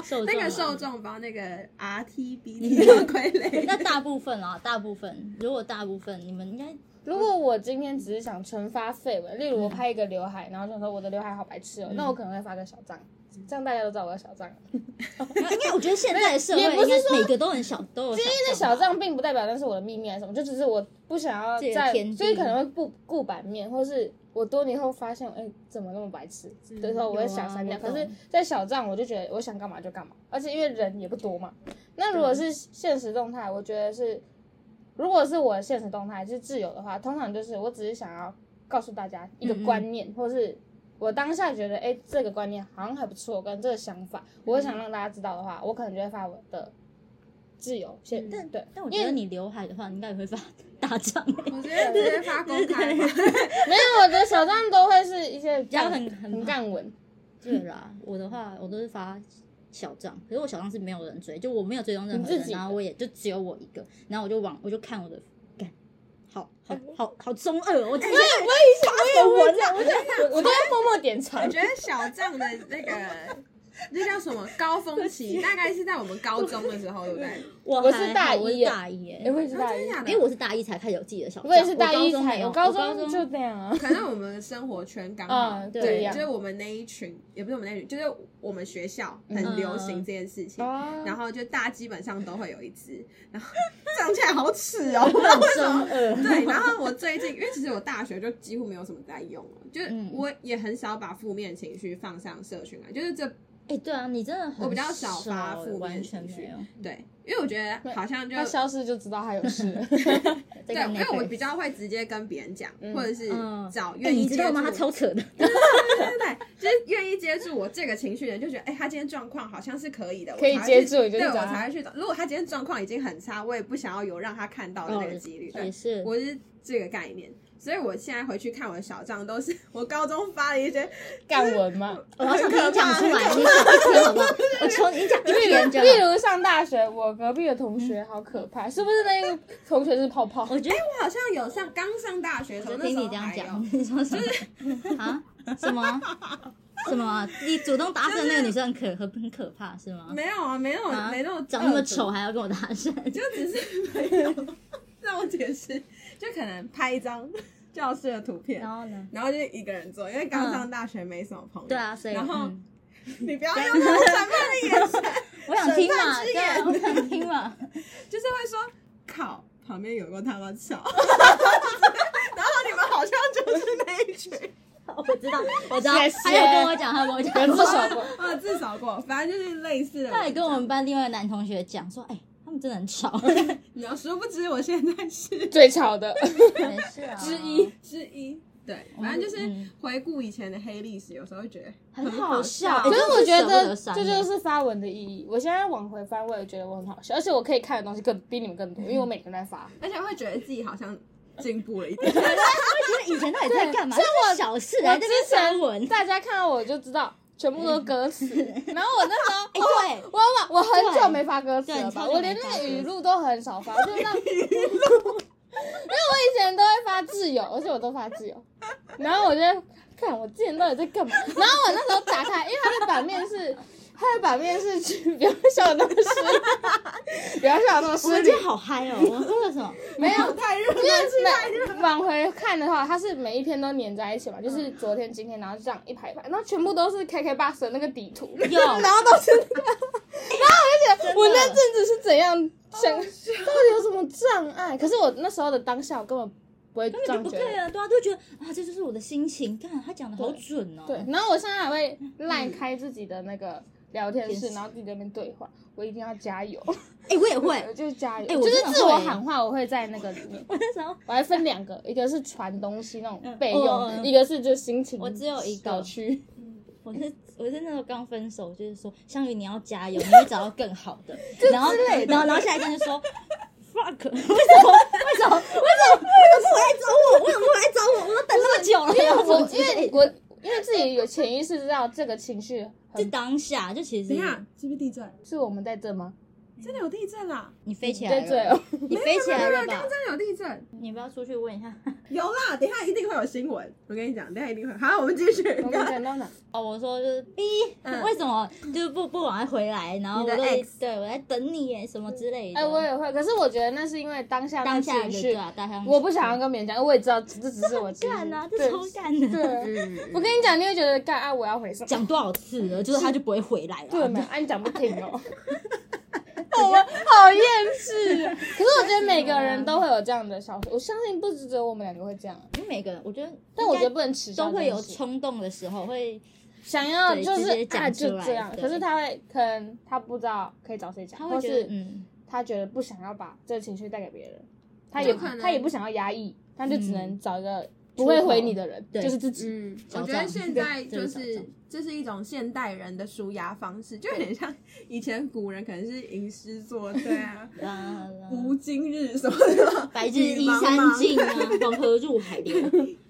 [SPEAKER 2] 受
[SPEAKER 1] 那
[SPEAKER 2] 众
[SPEAKER 1] 个
[SPEAKER 2] 啊
[SPEAKER 1] 受，众包那个 RTBT 的傀儡，
[SPEAKER 2] 那大部分啊， 大部分，如果大部分你们应该
[SPEAKER 3] 如果我今天只是想纯发绯闻，例如我拍一个刘海，然后就说我的刘海好白痴哦，那我可能会发个小张，这样大家都知道我有小张。
[SPEAKER 2] 应该，我觉得现在的社会
[SPEAKER 3] 也不
[SPEAKER 2] 应
[SPEAKER 3] 是
[SPEAKER 2] 该每个都很小，都有。因
[SPEAKER 3] 因为那小账并不代表那是我的秘密还是什么，就只是我不想要
[SPEAKER 2] 这个
[SPEAKER 3] 在，
[SPEAKER 2] 天地
[SPEAKER 3] 所以可能会不顾版面，或是我多年后发现，哎、怎么那么白痴的时候，我会想删掉。
[SPEAKER 2] 有啊
[SPEAKER 3] 可
[SPEAKER 2] 我懂
[SPEAKER 3] 是，在小账我就觉得我想干嘛就干嘛，而且因为人也不多嘛。那如果
[SPEAKER 2] 啊
[SPEAKER 3] 是现实动态，我觉得是，如果是我的现实动态是自由的话，通常就是我只是想要告诉大家一个
[SPEAKER 2] 嗯嗯
[SPEAKER 3] 观念，或是。我当下觉得，哎、这个观念好像还不错，跟这个想法，我想让大家知道的话，我可能就会发我的自由先，
[SPEAKER 2] 但
[SPEAKER 3] 对，
[SPEAKER 2] 嗯但我
[SPEAKER 3] 因
[SPEAKER 2] 觉
[SPEAKER 3] 为
[SPEAKER 2] 得你刘海的话，你应该也会发大账，
[SPEAKER 1] 我直接直接发公开吧。
[SPEAKER 3] 没有我的小 账都会是一些比
[SPEAKER 2] 比较很很
[SPEAKER 3] 很干文，
[SPEAKER 2] 对啦，我的话我都是发小账，可是我小账是没有人追，就我没有追踪任
[SPEAKER 3] 你
[SPEAKER 2] 何
[SPEAKER 3] 自
[SPEAKER 2] 人，
[SPEAKER 3] 己的
[SPEAKER 2] 然后我也就只有我一个，然后我就往我就看我的，干，好
[SPEAKER 3] 哎
[SPEAKER 2] 好好好中二哦，我直接我也啊想我也 想，
[SPEAKER 3] 我我都要默默点藏
[SPEAKER 1] 我。觉得小账的那个。那叫什么高峰期？大概是在我们高中的时候，对不对？
[SPEAKER 2] 我
[SPEAKER 3] 我
[SPEAKER 2] 还
[SPEAKER 3] 是大
[SPEAKER 2] 好我
[SPEAKER 3] 一
[SPEAKER 2] 是
[SPEAKER 3] 耶
[SPEAKER 2] 大一耶
[SPEAKER 3] 哎，，我也是大
[SPEAKER 1] 真
[SPEAKER 3] 一
[SPEAKER 1] 的，假
[SPEAKER 2] 因为我是大一才开始有自己的小账，
[SPEAKER 3] 我也是大一
[SPEAKER 2] 中没
[SPEAKER 3] 才，
[SPEAKER 2] 有
[SPEAKER 3] 我
[SPEAKER 2] 我
[SPEAKER 3] 高
[SPEAKER 2] 中
[SPEAKER 3] 中就那样 啊。
[SPEAKER 1] 可能我们的生活圈刚好、
[SPEAKER 3] 嗯对
[SPEAKER 1] 啊对，
[SPEAKER 2] 呀
[SPEAKER 1] 就是我们那一群，也不是我们那一群，就是我们学校很流行这件事情，
[SPEAKER 3] 哦
[SPEAKER 1] 然后就大家基本上都会有一只，然 后讲起来好耻哦、然后
[SPEAKER 2] 中二，
[SPEAKER 1] 对，然后我最近，因为其实我大学就几乎没有什么在用了，就是
[SPEAKER 2] 嗯
[SPEAKER 1] 我也很少把负面情绪放上社群来，啊就是这
[SPEAKER 2] 哎，对啊，你真的很
[SPEAKER 1] 我比较少发
[SPEAKER 2] 少哎
[SPEAKER 1] 负面
[SPEAKER 2] 完全
[SPEAKER 1] 情绪
[SPEAKER 2] 没有。
[SPEAKER 1] 对，因为我觉得好像就
[SPEAKER 3] 他消失就知道他有 事了。
[SPEAKER 2] 对
[SPEAKER 1] 对，因为我比较会直接跟别人讲，
[SPEAKER 3] 嗯
[SPEAKER 1] 或者是
[SPEAKER 2] 嗯
[SPEAKER 1] 找
[SPEAKER 2] 哎，
[SPEAKER 1] 愿意
[SPEAKER 2] 你
[SPEAKER 1] 接
[SPEAKER 2] 知
[SPEAKER 1] 触
[SPEAKER 2] 道
[SPEAKER 1] 我。
[SPEAKER 2] 吗？他超扯 的，
[SPEAKER 1] 对对，就是愿意接触我这个情绪的人，就觉得哎、他今天状况好像是可以的，我
[SPEAKER 3] 可以
[SPEAKER 1] 才会去
[SPEAKER 3] 接触你就去
[SPEAKER 1] 对
[SPEAKER 3] 找
[SPEAKER 1] 我
[SPEAKER 3] 他
[SPEAKER 1] 才会去找。如果他今天状况已经很差，我也不想要有让他看到的那个几率。
[SPEAKER 2] 也
[SPEAKER 1] 对，
[SPEAKER 2] 是，
[SPEAKER 1] 我是这个概念。所以我现在回去看我的小账，都是我高中发了一些，
[SPEAKER 3] 干文嘛，
[SPEAKER 2] 我好想听你讲出 来，你讲一篇好不好？我求你讲一篇就好。
[SPEAKER 3] 例如上大学，我隔壁的同学好可怕，是不是那个同学是泡泡？
[SPEAKER 2] 我觉得
[SPEAKER 1] 我好像有上刚上大学的时候，
[SPEAKER 2] 我
[SPEAKER 1] 那时
[SPEAKER 2] 听
[SPEAKER 1] 候
[SPEAKER 2] 你这样
[SPEAKER 1] 还
[SPEAKER 2] 讲，
[SPEAKER 1] 有
[SPEAKER 2] 你说什么 啊？什么？什么？你主动搭讪那个女生很可很很可怕是吗？
[SPEAKER 1] 没有啊，没有，
[SPEAKER 2] 啊
[SPEAKER 1] 没那么
[SPEAKER 2] 长那么
[SPEAKER 1] 恶毒
[SPEAKER 2] 丑还要跟我搭讪？
[SPEAKER 1] 就只是没有。 让我解释，就可能拍一张教室的图片，然后
[SPEAKER 2] 后呢？
[SPEAKER 1] 就一个人做，因为刚上大学没什么朋友。
[SPEAKER 2] 对啊，所以
[SPEAKER 1] 然后
[SPEAKER 2] 嗯
[SPEAKER 1] 你不要用那种审判的眼神，
[SPEAKER 2] 我想听
[SPEAKER 1] 审
[SPEAKER 2] 嘛，
[SPEAKER 1] 判之
[SPEAKER 2] 对
[SPEAKER 1] 眼
[SPEAKER 2] 啊，我想听嘛。
[SPEAKER 1] 就是会说靠，旁边有个他妈吵， 然后你们好像就是那一群，
[SPEAKER 2] 我知道，我知道
[SPEAKER 3] 谢谢，
[SPEAKER 2] 他有跟我讲，他跟 我讲
[SPEAKER 3] 人
[SPEAKER 2] 过
[SPEAKER 3] 之，少过，
[SPEAKER 1] 啊，至少过，反正就是类似的。
[SPEAKER 2] 他也跟我们班另外一个男同学讲说，哎，他们真的很吵，
[SPEAKER 1] 你要殊不知我现在是
[SPEAKER 3] 最吵的，
[SPEAKER 2] 没事 啊，
[SPEAKER 1] 之一之一，对，反正就是
[SPEAKER 2] 嗯
[SPEAKER 1] 回顾以前的黑历史，有时候会觉得
[SPEAKER 2] 很
[SPEAKER 1] 好
[SPEAKER 2] 好笑。哎
[SPEAKER 3] 可
[SPEAKER 2] 真
[SPEAKER 3] 是
[SPEAKER 2] 的
[SPEAKER 3] 我觉
[SPEAKER 2] 舍不
[SPEAKER 3] 得
[SPEAKER 2] 删欸
[SPEAKER 3] 这
[SPEAKER 2] 耶
[SPEAKER 3] 就是发文的意义。我现在往回翻，我也觉得我很好笑，而且我可以看的东西更比你们更多，因为我每天在 发。
[SPEAKER 1] 而且会觉得自己好像进步了一点。
[SPEAKER 2] 我觉得以前到底在干嘛？这是小事
[SPEAKER 3] 我
[SPEAKER 2] 来这边删文，哎
[SPEAKER 3] 大家看到我就知道全部都是歌 词，然后我那时候。
[SPEAKER 2] 哎，对。
[SPEAKER 3] 我我我很久没发歌词了
[SPEAKER 2] 对
[SPEAKER 3] 吧？
[SPEAKER 2] 对
[SPEAKER 3] 我连那个语录都很少发， 就是那因为我以前都会发自由，而且我都发自由，然后我就在看我之前到底在干嘛，然后我那时候打开，因为它的版面是。它的版面是去 不要笑那么失礼，不要笑那么
[SPEAKER 2] 我
[SPEAKER 3] 失
[SPEAKER 2] 们
[SPEAKER 3] 礼
[SPEAKER 2] 今。天好嗨哦！我做了什 么？
[SPEAKER 3] 没有，
[SPEAKER 1] 太热
[SPEAKER 3] 因为每往回看的话，它是每一篇都粘在一起嘛，
[SPEAKER 2] 嗯
[SPEAKER 3] 就是昨天、今天，然后这样一排一排，然后全部都是 KK Bus 的那个底 图，
[SPEAKER 2] 有，
[SPEAKER 3] 然后都是那个，然后我就觉得
[SPEAKER 2] 真的哦
[SPEAKER 3] 我那阵子是怎样想，到底有什么障碍？可是我那时候的当下，我根本不会
[SPEAKER 2] 根
[SPEAKER 3] 这
[SPEAKER 2] 本
[SPEAKER 3] 样
[SPEAKER 2] 就不
[SPEAKER 3] 觉
[SPEAKER 2] 对
[SPEAKER 3] 得。
[SPEAKER 2] 啊！对啊，就觉得啊，这就是我的心情。看他讲的好准哦。
[SPEAKER 3] 对，，然后我现在还会赖开自己的那个聊天
[SPEAKER 2] 天
[SPEAKER 3] 室，
[SPEAKER 2] 使
[SPEAKER 3] 然后自己在那边对话，我一定要加油，
[SPEAKER 2] 哎，我也会。
[SPEAKER 3] 就是加油，
[SPEAKER 2] 哎我
[SPEAKER 3] 就是
[SPEAKER 2] 真的
[SPEAKER 3] 自我
[SPEAKER 2] 会
[SPEAKER 3] 喊话，我会在那个里面。
[SPEAKER 2] 我那时候
[SPEAKER 3] 我还分两个，一个是传东西那种备用
[SPEAKER 2] 嗯
[SPEAKER 3] 的，
[SPEAKER 2] 嗯嗯
[SPEAKER 3] 一个是就心情。
[SPEAKER 2] 我只有一个
[SPEAKER 3] 小区，
[SPEAKER 2] 我是我是那时候刚分手，就是说香云你要加油，你会找到更好 的。然后然后然后下一站就说 fuck，为 什么为什么为什么为什么不来找我？为什么不来找我？我都等那么久了，然后
[SPEAKER 3] 我
[SPEAKER 2] 什么之
[SPEAKER 3] 因为
[SPEAKER 2] 类的
[SPEAKER 3] 我因为自己有潜意识知道这个情绪
[SPEAKER 2] 就
[SPEAKER 3] 很，
[SPEAKER 2] 当下就其实
[SPEAKER 1] 等一下，是不是地震？
[SPEAKER 3] 是我们在这吗？
[SPEAKER 1] 真的有地震啦！
[SPEAKER 2] 你飞起
[SPEAKER 3] 在
[SPEAKER 2] 来
[SPEAKER 3] 这
[SPEAKER 2] 了，
[SPEAKER 3] 哦，
[SPEAKER 2] 你飞起来了
[SPEAKER 1] 刚
[SPEAKER 2] 吧
[SPEAKER 1] 刚？嗯真的有地震，
[SPEAKER 2] 你不要出去问一下。
[SPEAKER 1] 有啦！等一下一定会有新闻，我跟你讲，等一下一定会。好，我们继续。
[SPEAKER 3] 我 们讲到 哪？
[SPEAKER 2] 哦，我说就是 B，、
[SPEAKER 1] 嗯
[SPEAKER 2] 为什么就是不不往外回来？然后
[SPEAKER 1] 你的
[SPEAKER 2] 我都
[SPEAKER 1] ex
[SPEAKER 2] 对我在等你耶，什么之类的。
[SPEAKER 3] 哎，我也会，可是我觉得那是因为当下那
[SPEAKER 2] 当下
[SPEAKER 3] 情
[SPEAKER 2] 的
[SPEAKER 3] 绪
[SPEAKER 2] 对，啊，当下
[SPEAKER 3] 我不想要跟别人讲，我也知道这这只是我情绪
[SPEAKER 2] 干啊，这
[SPEAKER 3] 对
[SPEAKER 2] 超干的。
[SPEAKER 3] 对，
[SPEAKER 1] 嗯
[SPEAKER 3] 我跟你讲，你会觉得干啊，我要回什么？
[SPEAKER 2] 讲多少次了，就是他就不会回来了。
[SPEAKER 3] 对没有？啊，你讲不停 哦。我们好厌世，可是我觉得每个人都会有这样的小，我相信不只只有我们两个会这样。啊
[SPEAKER 2] 因为每个人，我觉得，
[SPEAKER 3] 但我觉得不能耻笑
[SPEAKER 2] 都
[SPEAKER 3] 这件
[SPEAKER 2] 会
[SPEAKER 3] 事，
[SPEAKER 2] 有冲动的时候，会
[SPEAKER 3] 想要
[SPEAKER 2] 对
[SPEAKER 3] 就
[SPEAKER 2] 直接
[SPEAKER 3] 是
[SPEAKER 2] 讲
[SPEAKER 3] 啊
[SPEAKER 2] 出
[SPEAKER 3] 就
[SPEAKER 2] 来
[SPEAKER 3] 这样，
[SPEAKER 2] 对
[SPEAKER 3] 可是他会可能他不知道可以找谁讲，
[SPEAKER 2] 他
[SPEAKER 3] 或
[SPEAKER 2] 会觉得
[SPEAKER 3] 是
[SPEAKER 2] 嗯，
[SPEAKER 3] 他觉得不想要把这个情绪带给别人，他
[SPEAKER 1] 有
[SPEAKER 3] 也
[SPEAKER 1] 可能
[SPEAKER 3] 他也不想要压抑，他就只
[SPEAKER 2] 嗯
[SPEAKER 3] 能找一个不会回你的人，就是自己。
[SPEAKER 1] 嗯，
[SPEAKER 2] 小
[SPEAKER 1] 我觉得
[SPEAKER 2] 众
[SPEAKER 1] 现在
[SPEAKER 2] 这
[SPEAKER 1] 就是
[SPEAKER 2] 小
[SPEAKER 1] 是
[SPEAKER 2] 众
[SPEAKER 1] 这是一种现代人的舒压方式，就有点像以前古人可能是吟诗作对啊，
[SPEAKER 2] 啦啦
[SPEAKER 1] 无今日什么 的，
[SPEAKER 2] 嗯白日
[SPEAKER 1] 雨
[SPEAKER 2] 依
[SPEAKER 1] 茫
[SPEAKER 2] 山
[SPEAKER 1] 茫
[SPEAKER 2] 尽啊，黄河入海流，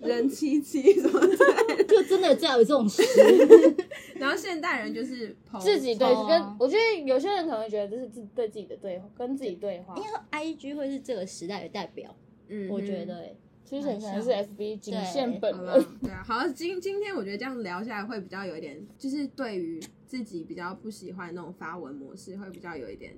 [SPEAKER 1] 人凄凄什么 的。
[SPEAKER 2] 就真的这样有这种诗。
[SPEAKER 1] 然后现代人就是剖
[SPEAKER 3] 自己对
[SPEAKER 2] 哦
[SPEAKER 3] 跟我觉得有些人可能觉得这是自对自己的对话，跟自己对话。
[SPEAKER 2] 因为 I G 会是这个时代的代表，
[SPEAKER 1] 嗯
[SPEAKER 2] 我
[SPEAKER 1] 嗯
[SPEAKER 2] 觉得欸
[SPEAKER 3] 其实可能是 FB 仅限本
[SPEAKER 1] 好
[SPEAKER 3] 人
[SPEAKER 1] 了，，对啊，好，今今天我觉得这样聊下来会比较有一点，就是对于自己比较不喜欢的那种发文模式，会比较有一点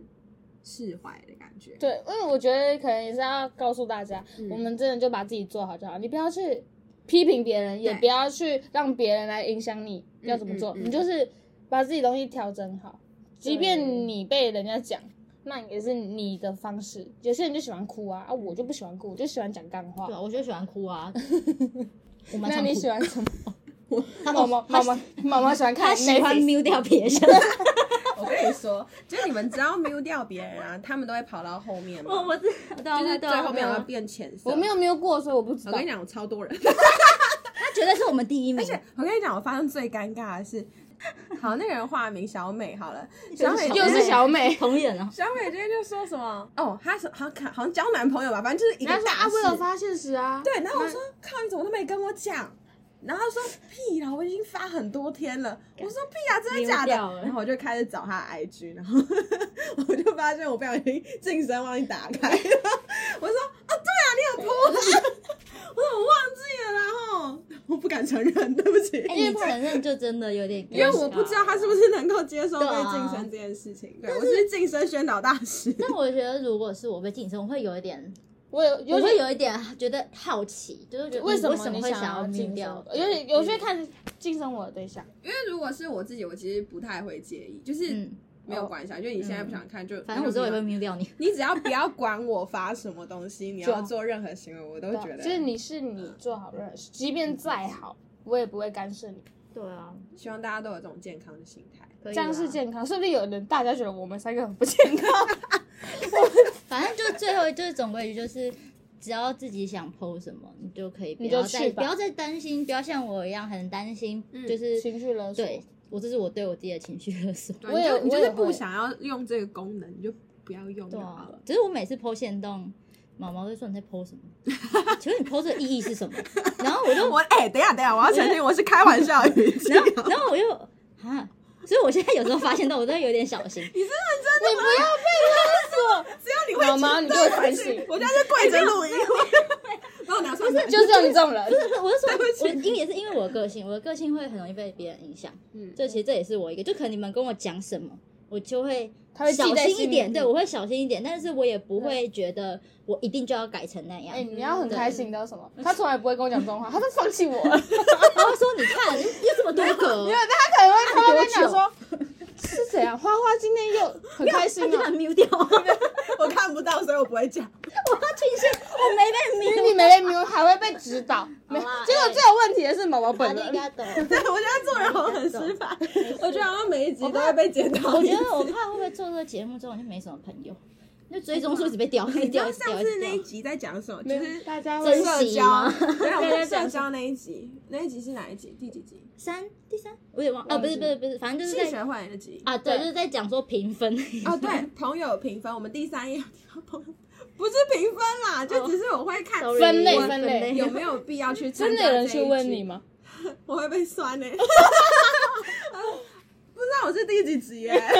[SPEAKER 1] 释怀的感觉。
[SPEAKER 3] 对，因为我觉得可能也是要告诉大家，我们真的就把自己做好就好，你不要去批评别人，也
[SPEAKER 1] 对
[SPEAKER 3] 不要去让别人来影响你要怎么做，
[SPEAKER 1] 嗯嗯
[SPEAKER 3] 你就是把自己东西调整好。即便你被人家讲，那也是你的方式。有些人就喜欢哭啊，啊，我就不喜欢哭，我就喜欢讲干话
[SPEAKER 2] 对啊，。我就喜欢哭 啊。我
[SPEAKER 3] 那
[SPEAKER 2] 蛮常
[SPEAKER 3] 你
[SPEAKER 2] 哭
[SPEAKER 3] 喜欢什么？
[SPEAKER 2] 他
[SPEAKER 3] 妈妈妈妈妈妈喜欢看
[SPEAKER 2] 他
[SPEAKER 3] Netflix，
[SPEAKER 2] 喜欢 mute 掉别人，
[SPEAKER 1] 我跟你说，就是你们只要 mute 掉别人啊，他们都会跑到后面嘛，
[SPEAKER 2] 我我知道，
[SPEAKER 1] 就是
[SPEAKER 2] 对
[SPEAKER 1] 最
[SPEAKER 2] 啊
[SPEAKER 1] 后面
[SPEAKER 2] 对
[SPEAKER 1] 有
[SPEAKER 2] 啊
[SPEAKER 1] 个变浅色。
[SPEAKER 3] 我没有没有过，所以我不知
[SPEAKER 1] 我
[SPEAKER 3] 道
[SPEAKER 1] 跟你。讲，我超 多人。
[SPEAKER 2] 他绝对是我们第一名
[SPEAKER 1] 而，且我跟你讲，我发现最尴尬的是，好，那个人化名小美好了，
[SPEAKER 2] 是
[SPEAKER 1] 小美
[SPEAKER 2] 小
[SPEAKER 1] 就
[SPEAKER 3] 又
[SPEAKER 1] 是
[SPEAKER 3] 是小美，
[SPEAKER 2] 同人啊，
[SPEAKER 1] 小美今天就说什么哦，她是好像看好像交男朋友吧，反正就是一个
[SPEAKER 3] 然后说
[SPEAKER 1] 大
[SPEAKER 3] 啊，
[SPEAKER 1] 事。
[SPEAKER 3] 我有发现时啊，
[SPEAKER 1] 对，然后我说靠，你怎么都没跟我讲？然后他说屁啦，我已经发很多天了。我说屁啊，真的假的？
[SPEAKER 2] 丢掉了
[SPEAKER 1] 然后我就开始找他的 IG，然后 我就发现我不小心晋升忘记打开了。我说啊，对啊，你有 po 啊？我说我忘记了啦，然后我不敢承认，对不起，
[SPEAKER 2] 哎，你承认就真的有点尴
[SPEAKER 1] 因
[SPEAKER 2] 尬，
[SPEAKER 1] 为我不知道他是不是能够接受被
[SPEAKER 2] 对啊
[SPEAKER 1] 晋升这件事情。对,、我是晋升宣导大使。
[SPEAKER 2] 但我觉得，如果是我被晋升，我会有一点，
[SPEAKER 3] 我有
[SPEAKER 2] 我
[SPEAKER 3] 有
[SPEAKER 2] 会
[SPEAKER 3] 些
[SPEAKER 2] 有一点觉得好奇，就是觉得
[SPEAKER 3] 为
[SPEAKER 2] 嗯
[SPEAKER 3] 什
[SPEAKER 2] 为
[SPEAKER 3] 么
[SPEAKER 2] 什么
[SPEAKER 3] 你
[SPEAKER 2] 会
[SPEAKER 3] 想
[SPEAKER 2] 要
[SPEAKER 3] 竞
[SPEAKER 2] mute
[SPEAKER 3] 争
[SPEAKER 2] 掉嗯
[SPEAKER 3] 我？有些有些看晋升我的对象，
[SPEAKER 1] 因为如果是我自己，我其实不太会介意，就是
[SPEAKER 2] 嗯，
[SPEAKER 1] 没有关系啊。就你现在不想看，就
[SPEAKER 2] 反正我之后也会 mute 掉你。
[SPEAKER 1] 你只要不要管我发什么东西，你要做任何行为，我都
[SPEAKER 3] 对
[SPEAKER 1] 觉
[SPEAKER 3] 啊
[SPEAKER 1] 得。
[SPEAKER 3] 就是你是你做好任何事，即便再好，我也不会干涉你，
[SPEAKER 2] 对啊，
[SPEAKER 1] 希望大家都有这种健康的心态。
[SPEAKER 2] 可以啊
[SPEAKER 3] 这样是
[SPEAKER 2] 啦
[SPEAKER 3] 健康。说不定有人大家觉得我们三个很不健康，
[SPEAKER 2] 反正就最后就是总归于就是，只要自己想 PO 什么，你就可以不
[SPEAKER 3] 你就嗯
[SPEAKER 2] 要再
[SPEAKER 3] 去吧
[SPEAKER 2] 不要再担心，不要像我一样很担心，就是
[SPEAKER 3] 情绪勒索。
[SPEAKER 2] 对我这是我对我自己的情绪勒索。
[SPEAKER 1] 对，
[SPEAKER 3] 我
[SPEAKER 1] 你
[SPEAKER 3] 也
[SPEAKER 1] 就你就
[SPEAKER 3] 我
[SPEAKER 1] 是
[SPEAKER 3] 也会
[SPEAKER 1] 不想要用这个功能，你就不要用就
[SPEAKER 2] 对
[SPEAKER 1] 好
[SPEAKER 2] 啊
[SPEAKER 1] 了，。
[SPEAKER 2] 只是我每次 PO 线动，毛毛就说你在 PO 什么？ 请问你 PO 这个意义是什么？然后
[SPEAKER 3] 啊
[SPEAKER 2] 我就
[SPEAKER 1] 我哎、等一下等一下，我要澄清，我是开玩笑的语气。
[SPEAKER 2] 然后然后我又啊，所以我现在有时候发现到我都有点 小心，
[SPEAKER 3] 你不要
[SPEAKER 1] 只有你 会
[SPEAKER 3] 妈妈，你给我反省，
[SPEAKER 1] 我现在是跪着 录音。然后你要说
[SPEAKER 3] 就只有你这种人
[SPEAKER 2] 不。是，我是说，
[SPEAKER 1] 对
[SPEAKER 2] 我因为也是因为我的个性，我的个性会很容易被别人影响。
[SPEAKER 1] 嗯
[SPEAKER 2] 嗯，这其实这也是我一个，就可能你们跟我讲什么，我就会
[SPEAKER 3] 他会记
[SPEAKER 2] 小
[SPEAKER 3] 在
[SPEAKER 2] 心
[SPEAKER 3] 心
[SPEAKER 2] 一
[SPEAKER 3] 里
[SPEAKER 2] 点，对
[SPEAKER 3] 嗯
[SPEAKER 2] 我会小心一点，但是我也不会觉得我一定就要改成那样。
[SPEAKER 3] 哎，你要很开心，你知道什么？他从来不会跟我讲这种话，他都放弃我 了。
[SPEAKER 2] 然后说你看有这么多 格，
[SPEAKER 3] 对，但他可能会他会跟你讲说，是谁啊？花花今天又很开心
[SPEAKER 2] 他就把它
[SPEAKER 3] 啊，
[SPEAKER 2] mute 掉，我
[SPEAKER 1] 我看不到，所以我不会讲。
[SPEAKER 2] 要庆幸我没
[SPEAKER 3] 因
[SPEAKER 2] 被
[SPEAKER 3] 为
[SPEAKER 2] mute。
[SPEAKER 3] 你没被明还会被指导。没，
[SPEAKER 2] 好啦
[SPEAKER 3] 结果
[SPEAKER 2] 哎
[SPEAKER 3] 最有问题的是毛毛
[SPEAKER 2] 阿
[SPEAKER 3] 本
[SPEAKER 2] 里
[SPEAKER 3] 人。
[SPEAKER 2] 嘎多
[SPEAKER 1] 对，我现在做人好像很失败，我觉得好像每一集都会被剪到。
[SPEAKER 2] 我觉得我怕会不会做这个节目之后就没什么朋友，就追踪数一直被掉，一直
[SPEAKER 1] 你知
[SPEAKER 2] 掉，
[SPEAKER 1] 道
[SPEAKER 2] 一直
[SPEAKER 1] 上
[SPEAKER 2] 掉，一
[SPEAKER 1] 次
[SPEAKER 2] 直
[SPEAKER 1] 那
[SPEAKER 2] 掉
[SPEAKER 1] 一。集在讲什么？就是
[SPEAKER 3] 大家
[SPEAKER 2] 会珍
[SPEAKER 1] 社
[SPEAKER 2] 惜
[SPEAKER 1] 交
[SPEAKER 2] 吗，
[SPEAKER 1] 没有，我们
[SPEAKER 3] 对
[SPEAKER 1] 社
[SPEAKER 3] 对
[SPEAKER 1] 交那一集，那一集是哪一集？第几集？
[SPEAKER 2] 三第三，我也忘了，哦，不是不是不是，反正就是
[SPEAKER 1] 性
[SPEAKER 2] 在
[SPEAKER 1] 学会那集。
[SPEAKER 2] 啊，对，
[SPEAKER 3] 对
[SPEAKER 2] 就是在讲说评分。
[SPEAKER 1] 哦，对，朋友评分，我们第三页朋友不是评分啦，就只是我会看
[SPEAKER 2] sorry
[SPEAKER 3] 哦分类
[SPEAKER 1] 我
[SPEAKER 3] 分类
[SPEAKER 1] 有没有必 要去参
[SPEAKER 3] 真
[SPEAKER 1] 加
[SPEAKER 3] 的有人
[SPEAKER 1] 这
[SPEAKER 3] 去
[SPEAKER 1] 一局
[SPEAKER 3] 问你？吗？
[SPEAKER 1] 我会被酸 呢、不知道我是第几集耶、
[SPEAKER 3] 啊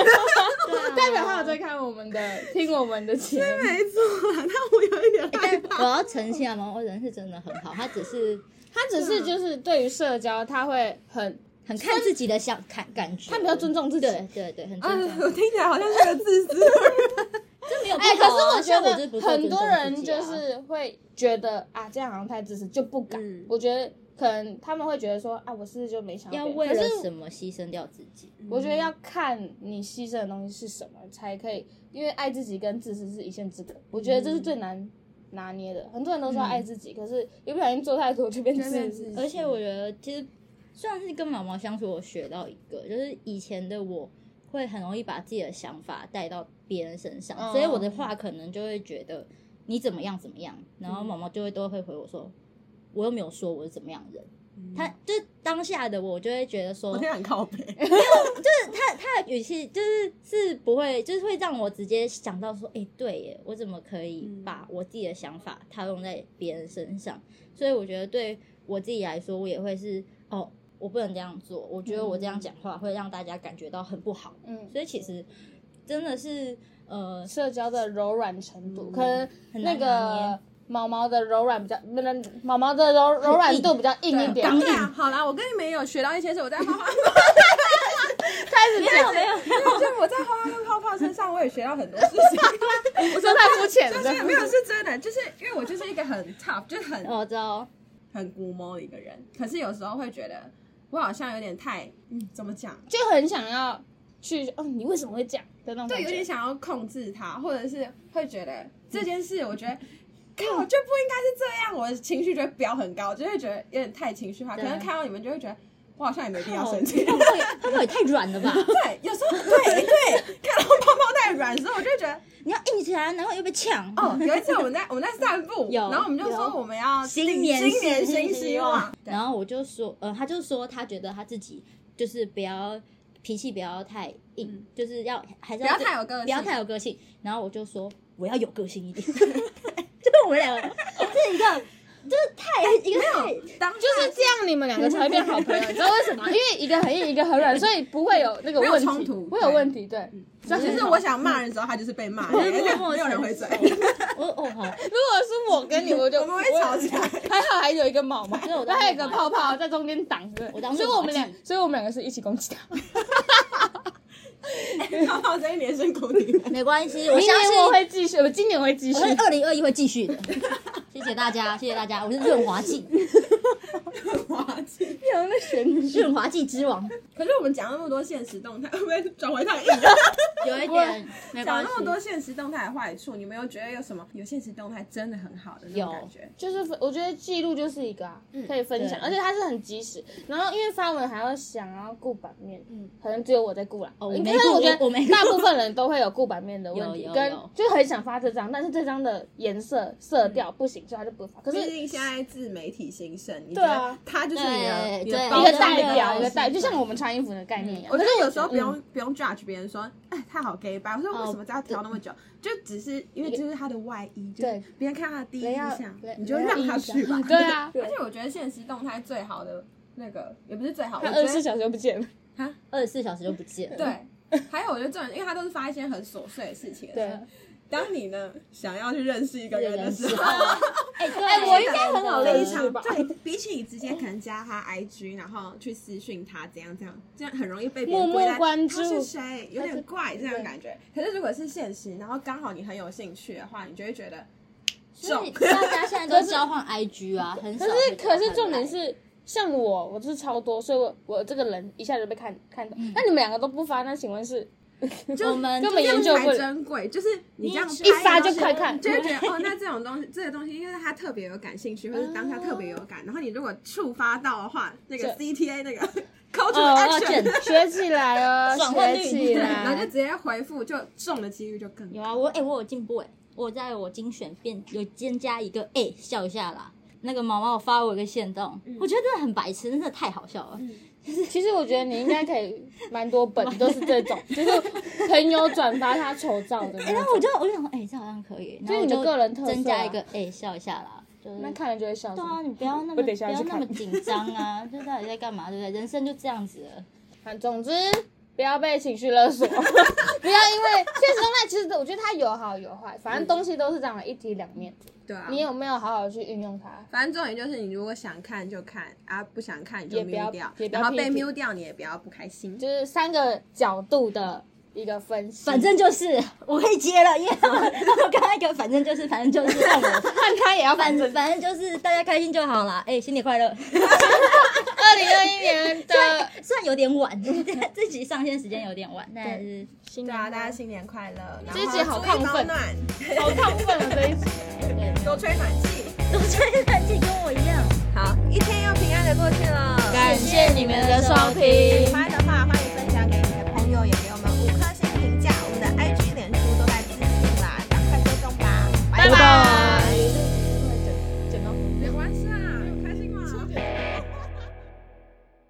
[SPEAKER 3] 代表他有在看我们的，听我们的节目。
[SPEAKER 1] 没错啊，那我有一点害怕。
[SPEAKER 2] 我
[SPEAKER 3] 哎
[SPEAKER 2] 要澄清啊，毛毛人是真的很好，他只是
[SPEAKER 3] 他只是就是对于社交，他会很，
[SPEAKER 2] 很看自己的想看感觉，
[SPEAKER 3] 他比较尊重自己。
[SPEAKER 2] 对对对，很
[SPEAKER 1] 啊
[SPEAKER 2] 尊 重，，
[SPEAKER 1] 我听起来好像是个自私的人。
[SPEAKER 2] 这没有不
[SPEAKER 3] 哎，可
[SPEAKER 2] 好啊。
[SPEAKER 3] 是我觉
[SPEAKER 2] 像我就是
[SPEAKER 3] 得
[SPEAKER 2] 不做
[SPEAKER 3] 很多人
[SPEAKER 2] 尊重自己
[SPEAKER 3] 就
[SPEAKER 2] 啊
[SPEAKER 3] 是会觉得啊，这样好像太自私，就不敢
[SPEAKER 1] 嗯。
[SPEAKER 3] 我觉得可能他们会觉得说啊，我是不是就没想到
[SPEAKER 2] 要
[SPEAKER 3] 别人
[SPEAKER 2] 为了
[SPEAKER 3] 可是
[SPEAKER 2] 什么牺牲掉自己，
[SPEAKER 3] 我觉得要看你牺牲的东西是什么，才可以，因为爱自己跟自私是一线之隔。我觉得这是最难拿捏的。很多人都说爱自己，可是一不小心做太多嗯就变自私。
[SPEAKER 2] 而且我觉得其实虽然是跟毛毛相处，我学到一个，就是以前的我会很容易把自己的想法带到别人身上，
[SPEAKER 3] 嗯
[SPEAKER 2] 所以我的话可能就会觉得你怎么样怎么样，然后毛毛就会都会回我说。我又没有说我是怎么样的人。他就是当下的我，就会觉得说
[SPEAKER 1] 我，天很靠背，
[SPEAKER 2] 他他的语气就是是不会，就是会让我直接想到说，哎、对耶，我怎么可以
[SPEAKER 1] 嗯
[SPEAKER 2] 把我自己的想法套用在别人身上？所以我觉得对我自己来说，我也会是哦，我不能这样做，我觉得我这
[SPEAKER 1] 嗯
[SPEAKER 2] 样讲话会让大家感觉到很不好。
[SPEAKER 3] 嗯，
[SPEAKER 2] 所以其实真的是呃，
[SPEAKER 3] 社交的柔软程度，可能
[SPEAKER 2] 很
[SPEAKER 3] 那
[SPEAKER 2] 难拿
[SPEAKER 3] 个
[SPEAKER 2] 捏
[SPEAKER 3] 毛毛的柔软比较，不能毛毛的柔柔软度比较硬 一点。
[SPEAKER 2] 刚
[SPEAKER 1] 对啊，好啦，我跟你们也有学到一些事，我在花花，
[SPEAKER 3] 开始没有没有，
[SPEAKER 1] 就我在花花跟泡泡身上，我也学到很多事 情。
[SPEAKER 3] 我说太肤浅
[SPEAKER 1] 就是
[SPEAKER 3] 了。
[SPEAKER 1] 没有是真的，就是因为我就是一个很 tough，就是很
[SPEAKER 2] 哦我知道
[SPEAKER 1] 很孤摸的一个人，可是有时候会觉得我好像有点太，嗯，怎么讲？
[SPEAKER 3] 就很想要去，哦，你为什么会这样的那种感觉？
[SPEAKER 1] 对，有点想要控制他，或者是会觉得这件事，我觉得。看，我就不应该是这样，我的情绪就会飙很高，就会觉得有点太情绪化。可
[SPEAKER 2] 对
[SPEAKER 1] 能看到你们就会觉得，我好像也没必要生 气。
[SPEAKER 2] 泡泡也泡泡也太软了吧？
[SPEAKER 1] 对，有时候对对，看到泡泡太软的时候，我就会觉得，
[SPEAKER 2] 你要硬起来，然后又被抢。
[SPEAKER 1] 哦，有一次我们在我们在散步，
[SPEAKER 2] 有
[SPEAKER 1] 然后我们就说
[SPEAKER 2] 有
[SPEAKER 1] 我们要
[SPEAKER 2] 新
[SPEAKER 1] 定
[SPEAKER 2] 年
[SPEAKER 1] 新年
[SPEAKER 2] 新
[SPEAKER 1] 新希望，
[SPEAKER 2] 然后我就说，呃，他就说他觉得他自己就是不要脾气不要太硬，就是要还
[SPEAKER 1] 嗯
[SPEAKER 2] 是
[SPEAKER 1] 不要
[SPEAKER 2] 对
[SPEAKER 1] 太有个性
[SPEAKER 2] 不要太有个性。然后我就说我要有个性一 点，就是我们两个这一个就是太一个太
[SPEAKER 1] 当就
[SPEAKER 3] 就是这样，你们两个才会变好朋友，你知道为什么吗？因为一个很硬，一个很软，所以不会有那个
[SPEAKER 1] 没有
[SPEAKER 3] 问题，
[SPEAKER 1] 冲突
[SPEAKER 3] 不会有问题。对，嗯
[SPEAKER 1] 是，就是我想骂人的时候，他就是被骂，
[SPEAKER 2] 我
[SPEAKER 1] 而
[SPEAKER 2] 会
[SPEAKER 1] 且
[SPEAKER 2] 默默
[SPEAKER 1] 没有人回嘴
[SPEAKER 2] 承，我 哦
[SPEAKER 3] 如
[SPEAKER 2] 好，
[SPEAKER 3] 果是我跟你，我就
[SPEAKER 1] 我们会吵架。
[SPEAKER 3] 还好还有一个毛 毛，
[SPEAKER 2] 所以我
[SPEAKER 3] 然
[SPEAKER 2] 当
[SPEAKER 3] 后还有一个
[SPEAKER 2] 做
[SPEAKER 3] 泡泡在中间挡着
[SPEAKER 2] 我，当
[SPEAKER 3] 所
[SPEAKER 2] 做
[SPEAKER 3] 以我们俩
[SPEAKER 2] 马屁，
[SPEAKER 3] 所以我们两个是一起攻击他。
[SPEAKER 1] 泡泡这一年辛苦你们，
[SPEAKER 2] 没关系，我
[SPEAKER 3] 明
[SPEAKER 2] 相
[SPEAKER 3] 年
[SPEAKER 2] 信
[SPEAKER 3] 我会继续，我今年会继续
[SPEAKER 2] 我。二零二一会继续的。 谢谢大家，谢谢大家，我是润滑剂，
[SPEAKER 1] 滑稽。
[SPEAKER 2] 润滑剂之王，
[SPEAKER 1] 可是我们讲那么多现实动态，会不会转回太硬？
[SPEAKER 2] 有一点没
[SPEAKER 1] 讲
[SPEAKER 2] 关系
[SPEAKER 1] 那。么多现实动态的坏处，你们有觉得有什么有现实动态真的很好的那
[SPEAKER 2] 有
[SPEAKER 1] 种感觉？
[SPEAKER 3] 就是分我觉得记录就是一个啊，可以分享，
[SPEAKER 2] 嗯对
[SPEAKER 3] 而且它是很及时。然后因为发文还要想要顾版面，可能只有我在顾啦。
[SPEAKER 2] 嗯哦我
[SPEAKER 3] 因为
[SPEAKER 2] 没顾
[SPEAKER 3] 我觉
[SPEAKER 2] 我我没
[SPEAKER 3] 得
[SPEAKER 2] 顾
[SPEAKER 3] 大部分人都会有顾版面的问题
[SPEAKER 2] 有有，
[SPEAKER 3] 跟
[SPEAKER 2] 有
[SPEAKER 3] 就很想发这张，但是这张的颜色色调不行，所以他就不发。可是
[SPEAKER 1] 毕竟现在自媒体兴盛，你觉
[SPEAKER 3] 对啊
[SPEAKER 1] 得它就是你的
[SPEAKER 2] 对
[SPEAKER 1] 你的
[SPEAKER 2] 对
[SPEAKER 1] 包
[SPEAKER 3] 一个
[SPEAKER 1] 装
[SPEAKER 2] 对
[SPEAKER 3] 代表，
[SPEAKER 2] 对
[SPEAKER 3] 一个代，
[SPEAKER 2] 对
[SPEAKER 3] 就像我们穿衣服的概念一样。
[SPEAKER 1] 我觉
[SPEAKER 3] 但是
[SPEAKER 1] 得有时候不
[SPEAKER 3] 嗯哦
[SPEAKER 1] 用不用 judge 别人说，哎，他好 gay 吧？我说为什么这要调那么久？就只是因为就是他的外衣，就是
[SPEAKER 3] 对
[SPEAKER 1] 别人看他的第一印象
[SPEAKER 3] 人要，
[SPEAKER 1] 你就让他去吧。
[SPEAKER 3] 对 啊，
[SPEAKER 1] 而且我觉得现实动态最好的那个，也不是最好，我
[SPEAKER 3] 他
[SPEAKER 1] 觉
[SPEAKER 3] 二十四
[SPEAKER 1] 得
[SPEAKER 3] 小时就不见了。
[SPEAKER 2] 二十四小时就不见了。
[SPEAKER 1] 对。还有，我觉得这种，因为他都是发一些很琐碎的事情。
[SPEAKER 3] 对，，
[SPEAKER 1] 当你呢想要去认识一个人的时 候，
[SPEAKER 2] 哎，对，
[SPEAKER 3] 哎我应该很好
[SPEAKER 1] 非
[SPEAKER 3] 认识
[SPEAKER 1] 常
[SPEAKER 3] 吧
[SPEAKER 1] 对，比起你直接可能加他 IG，然后去私讯他怎样怎样，这样很容易被别人
[SPEAKER 3] 默
[SPEAKER 1] 归
[SPEAKER 3] 默
[SPEAKER 1] 在
[SPEAKER 3] 关注
[SPEAKER 1] 他是谁，有点怪这样的感觉。可是如果是现实，然后刚好你很有兴趣的话，你就会觉得
[SPEAKER 2] 所
[SPEAKER 1] 中
[SPEAKER 2] 以。 大家现在都交换 IG 啊，很少
[SPEAKER 3] 可
[SPEAKER 2] 会
[SPEAKER 3] 是
[SPEAKER 2] 看来。
[SPEAKER 3] 可是重点是，像我，我就是超多，所以我我这个人一下就被看看
[SPEAKER 2] 嗯
[SPEAKER 3] 到。那你们两个都不发，那请问 是
[SPEAKER 2] 就我们
[SPEAKER 3] 根本
[SPEAKER 1] 这样
[SPEAKER 3] 研究
[SPEAKER 1] 才
[SPEAKER 3] 过了
[SPEAKER 1] 珍贵，就是你这样
[SPEAKER 2] 你
[SPEAKER 1] 拍
[SPEAKER 3] 一发
[SPEAKER 1] 的东
[SPEAKER 3] 就
[SPEAKER 1] 西
[SPEAKER 3] 快看？
[SPEAKER 1] 就会觉得哦，那这种东西，这个东西，因为他特别有感兴趣，或者当下特别有感，然后你如果触发到的话，那个
[SPEAKER 3] 嗯就
[SPEAKER 1] CTA 那个 call to
[SPEAKER 2] 哦
[SPEAKER 1] action，
[SPEAKER 2] ，action
[SPEAKER 3] 学起来 哦，
[SPEAKER 2] 转换率
[SPEAKER 3] 学起
[SPEAKER 2] 对
[SPEAKER 1] 然后就
[SPEAKER 3] 来
[SPEAKER 1] 直。接回复，就中的几率就更高
[SPEAKER 2] 有。啊，我哎、我有进步哎、我在我精选变有添加一个哎、笑一下啦。那个毛毛发我一个线动，我觉得真的很白痴，真的太好笑了。
[SPEAKER 3] 其实我觉得你应该可以蛮多本都是这种， 就是朋友转发他丑照的那
[SPEAKER 2] 然
[SPEAKER 3] 种。
[SPEAKER 2] 后我就我就想说，哎、这好像可以，然
[SPEAKER 3] 是
[SPEAKER 2] 后我
[SPEAKER 3] 你的
[SPEAKER 2] 就
[SPEAKER 3] 个人特色啊
[SPEAKER 2] 增加一个哎、笑一下啦，就是
[SPEAKER 3] 那看了就会笑死
[SPEAKER 2] 对。啊，你不要那么
[SPEAKER 3] 我
[SPEAKER 2] 不
[SPEAKER 3] 等一下
[SPEAKER 2] 要
[SPEAKER 3] 去
[SPEAKER 2] 那
[SPEAKER 3] 看
[SPEAKER 2] 么紧张啊，这到底在干嘛，对不对？人生就这样子了。
[SPEAKER 3] 反总之不要被情绪勒 索，不要因为现实中态其实我觉得它有好有坏，反正东西都是这样的一体两面。
[SPEAKER 2] 嗯
[SPEAKER 1] 对啊，
[SPEAKER 3] 你有没有好好去运用它？
[SPEAKER 1] 反正重点就是，你如果想看就看啊，不想看你就
[SPEAKER 3] 也不要
[SPEAKER 1] mute 掉
[SPEAKER 3] 也，不要
[SPEAKER 1] 然后被
[SPEAKER 3] 批评
[SPEAKER 1] mute 掉你也不要不开心。
[SPEAKER 3] 就是三个角度的一个分析。
[SPEAKER 2] 反正就是我可以接了，因为我我刚刚一个反正就是反正就是让我
[SPEAKER 3] 看他也要
[SPEAKER 2] 反
[SPEAKER 3] 反正。
[SPEAKER 2] 反正就是大家开心就好啦。哎、新年快 乐！呃
[SPEAKER 3] 二零二一年的
[SPEAKER 2] 虽然有点晚， 这集上线时间有点晚，但是
[SPEAKER 3] 新
[SPEAKER 1] 对
[SPEAKER 3] 年
[SPEAKER 1] 啊，大家新年快乐！然后
[SPEAKER 3] 这一集好
[SPEAKER 1] 注意
[SPEAKER 3] 亢
[SPEAKER 1] 保
[SPEAKER 3] 奋
[SPEAKER 1] 暖，
[SPEAKER 3] 好亢奋啊！这一集。
[SPEAKER 2] 예.
[SPEAKER 1] 多吹暖气，
[SPEAKER 2] 我吹暖气跟我一样。
[SPEAKER 1] 好，一天又平安的过去了。
[SPEAKER 3] 感谢你们的收听。
[SPEAKER 1] 啊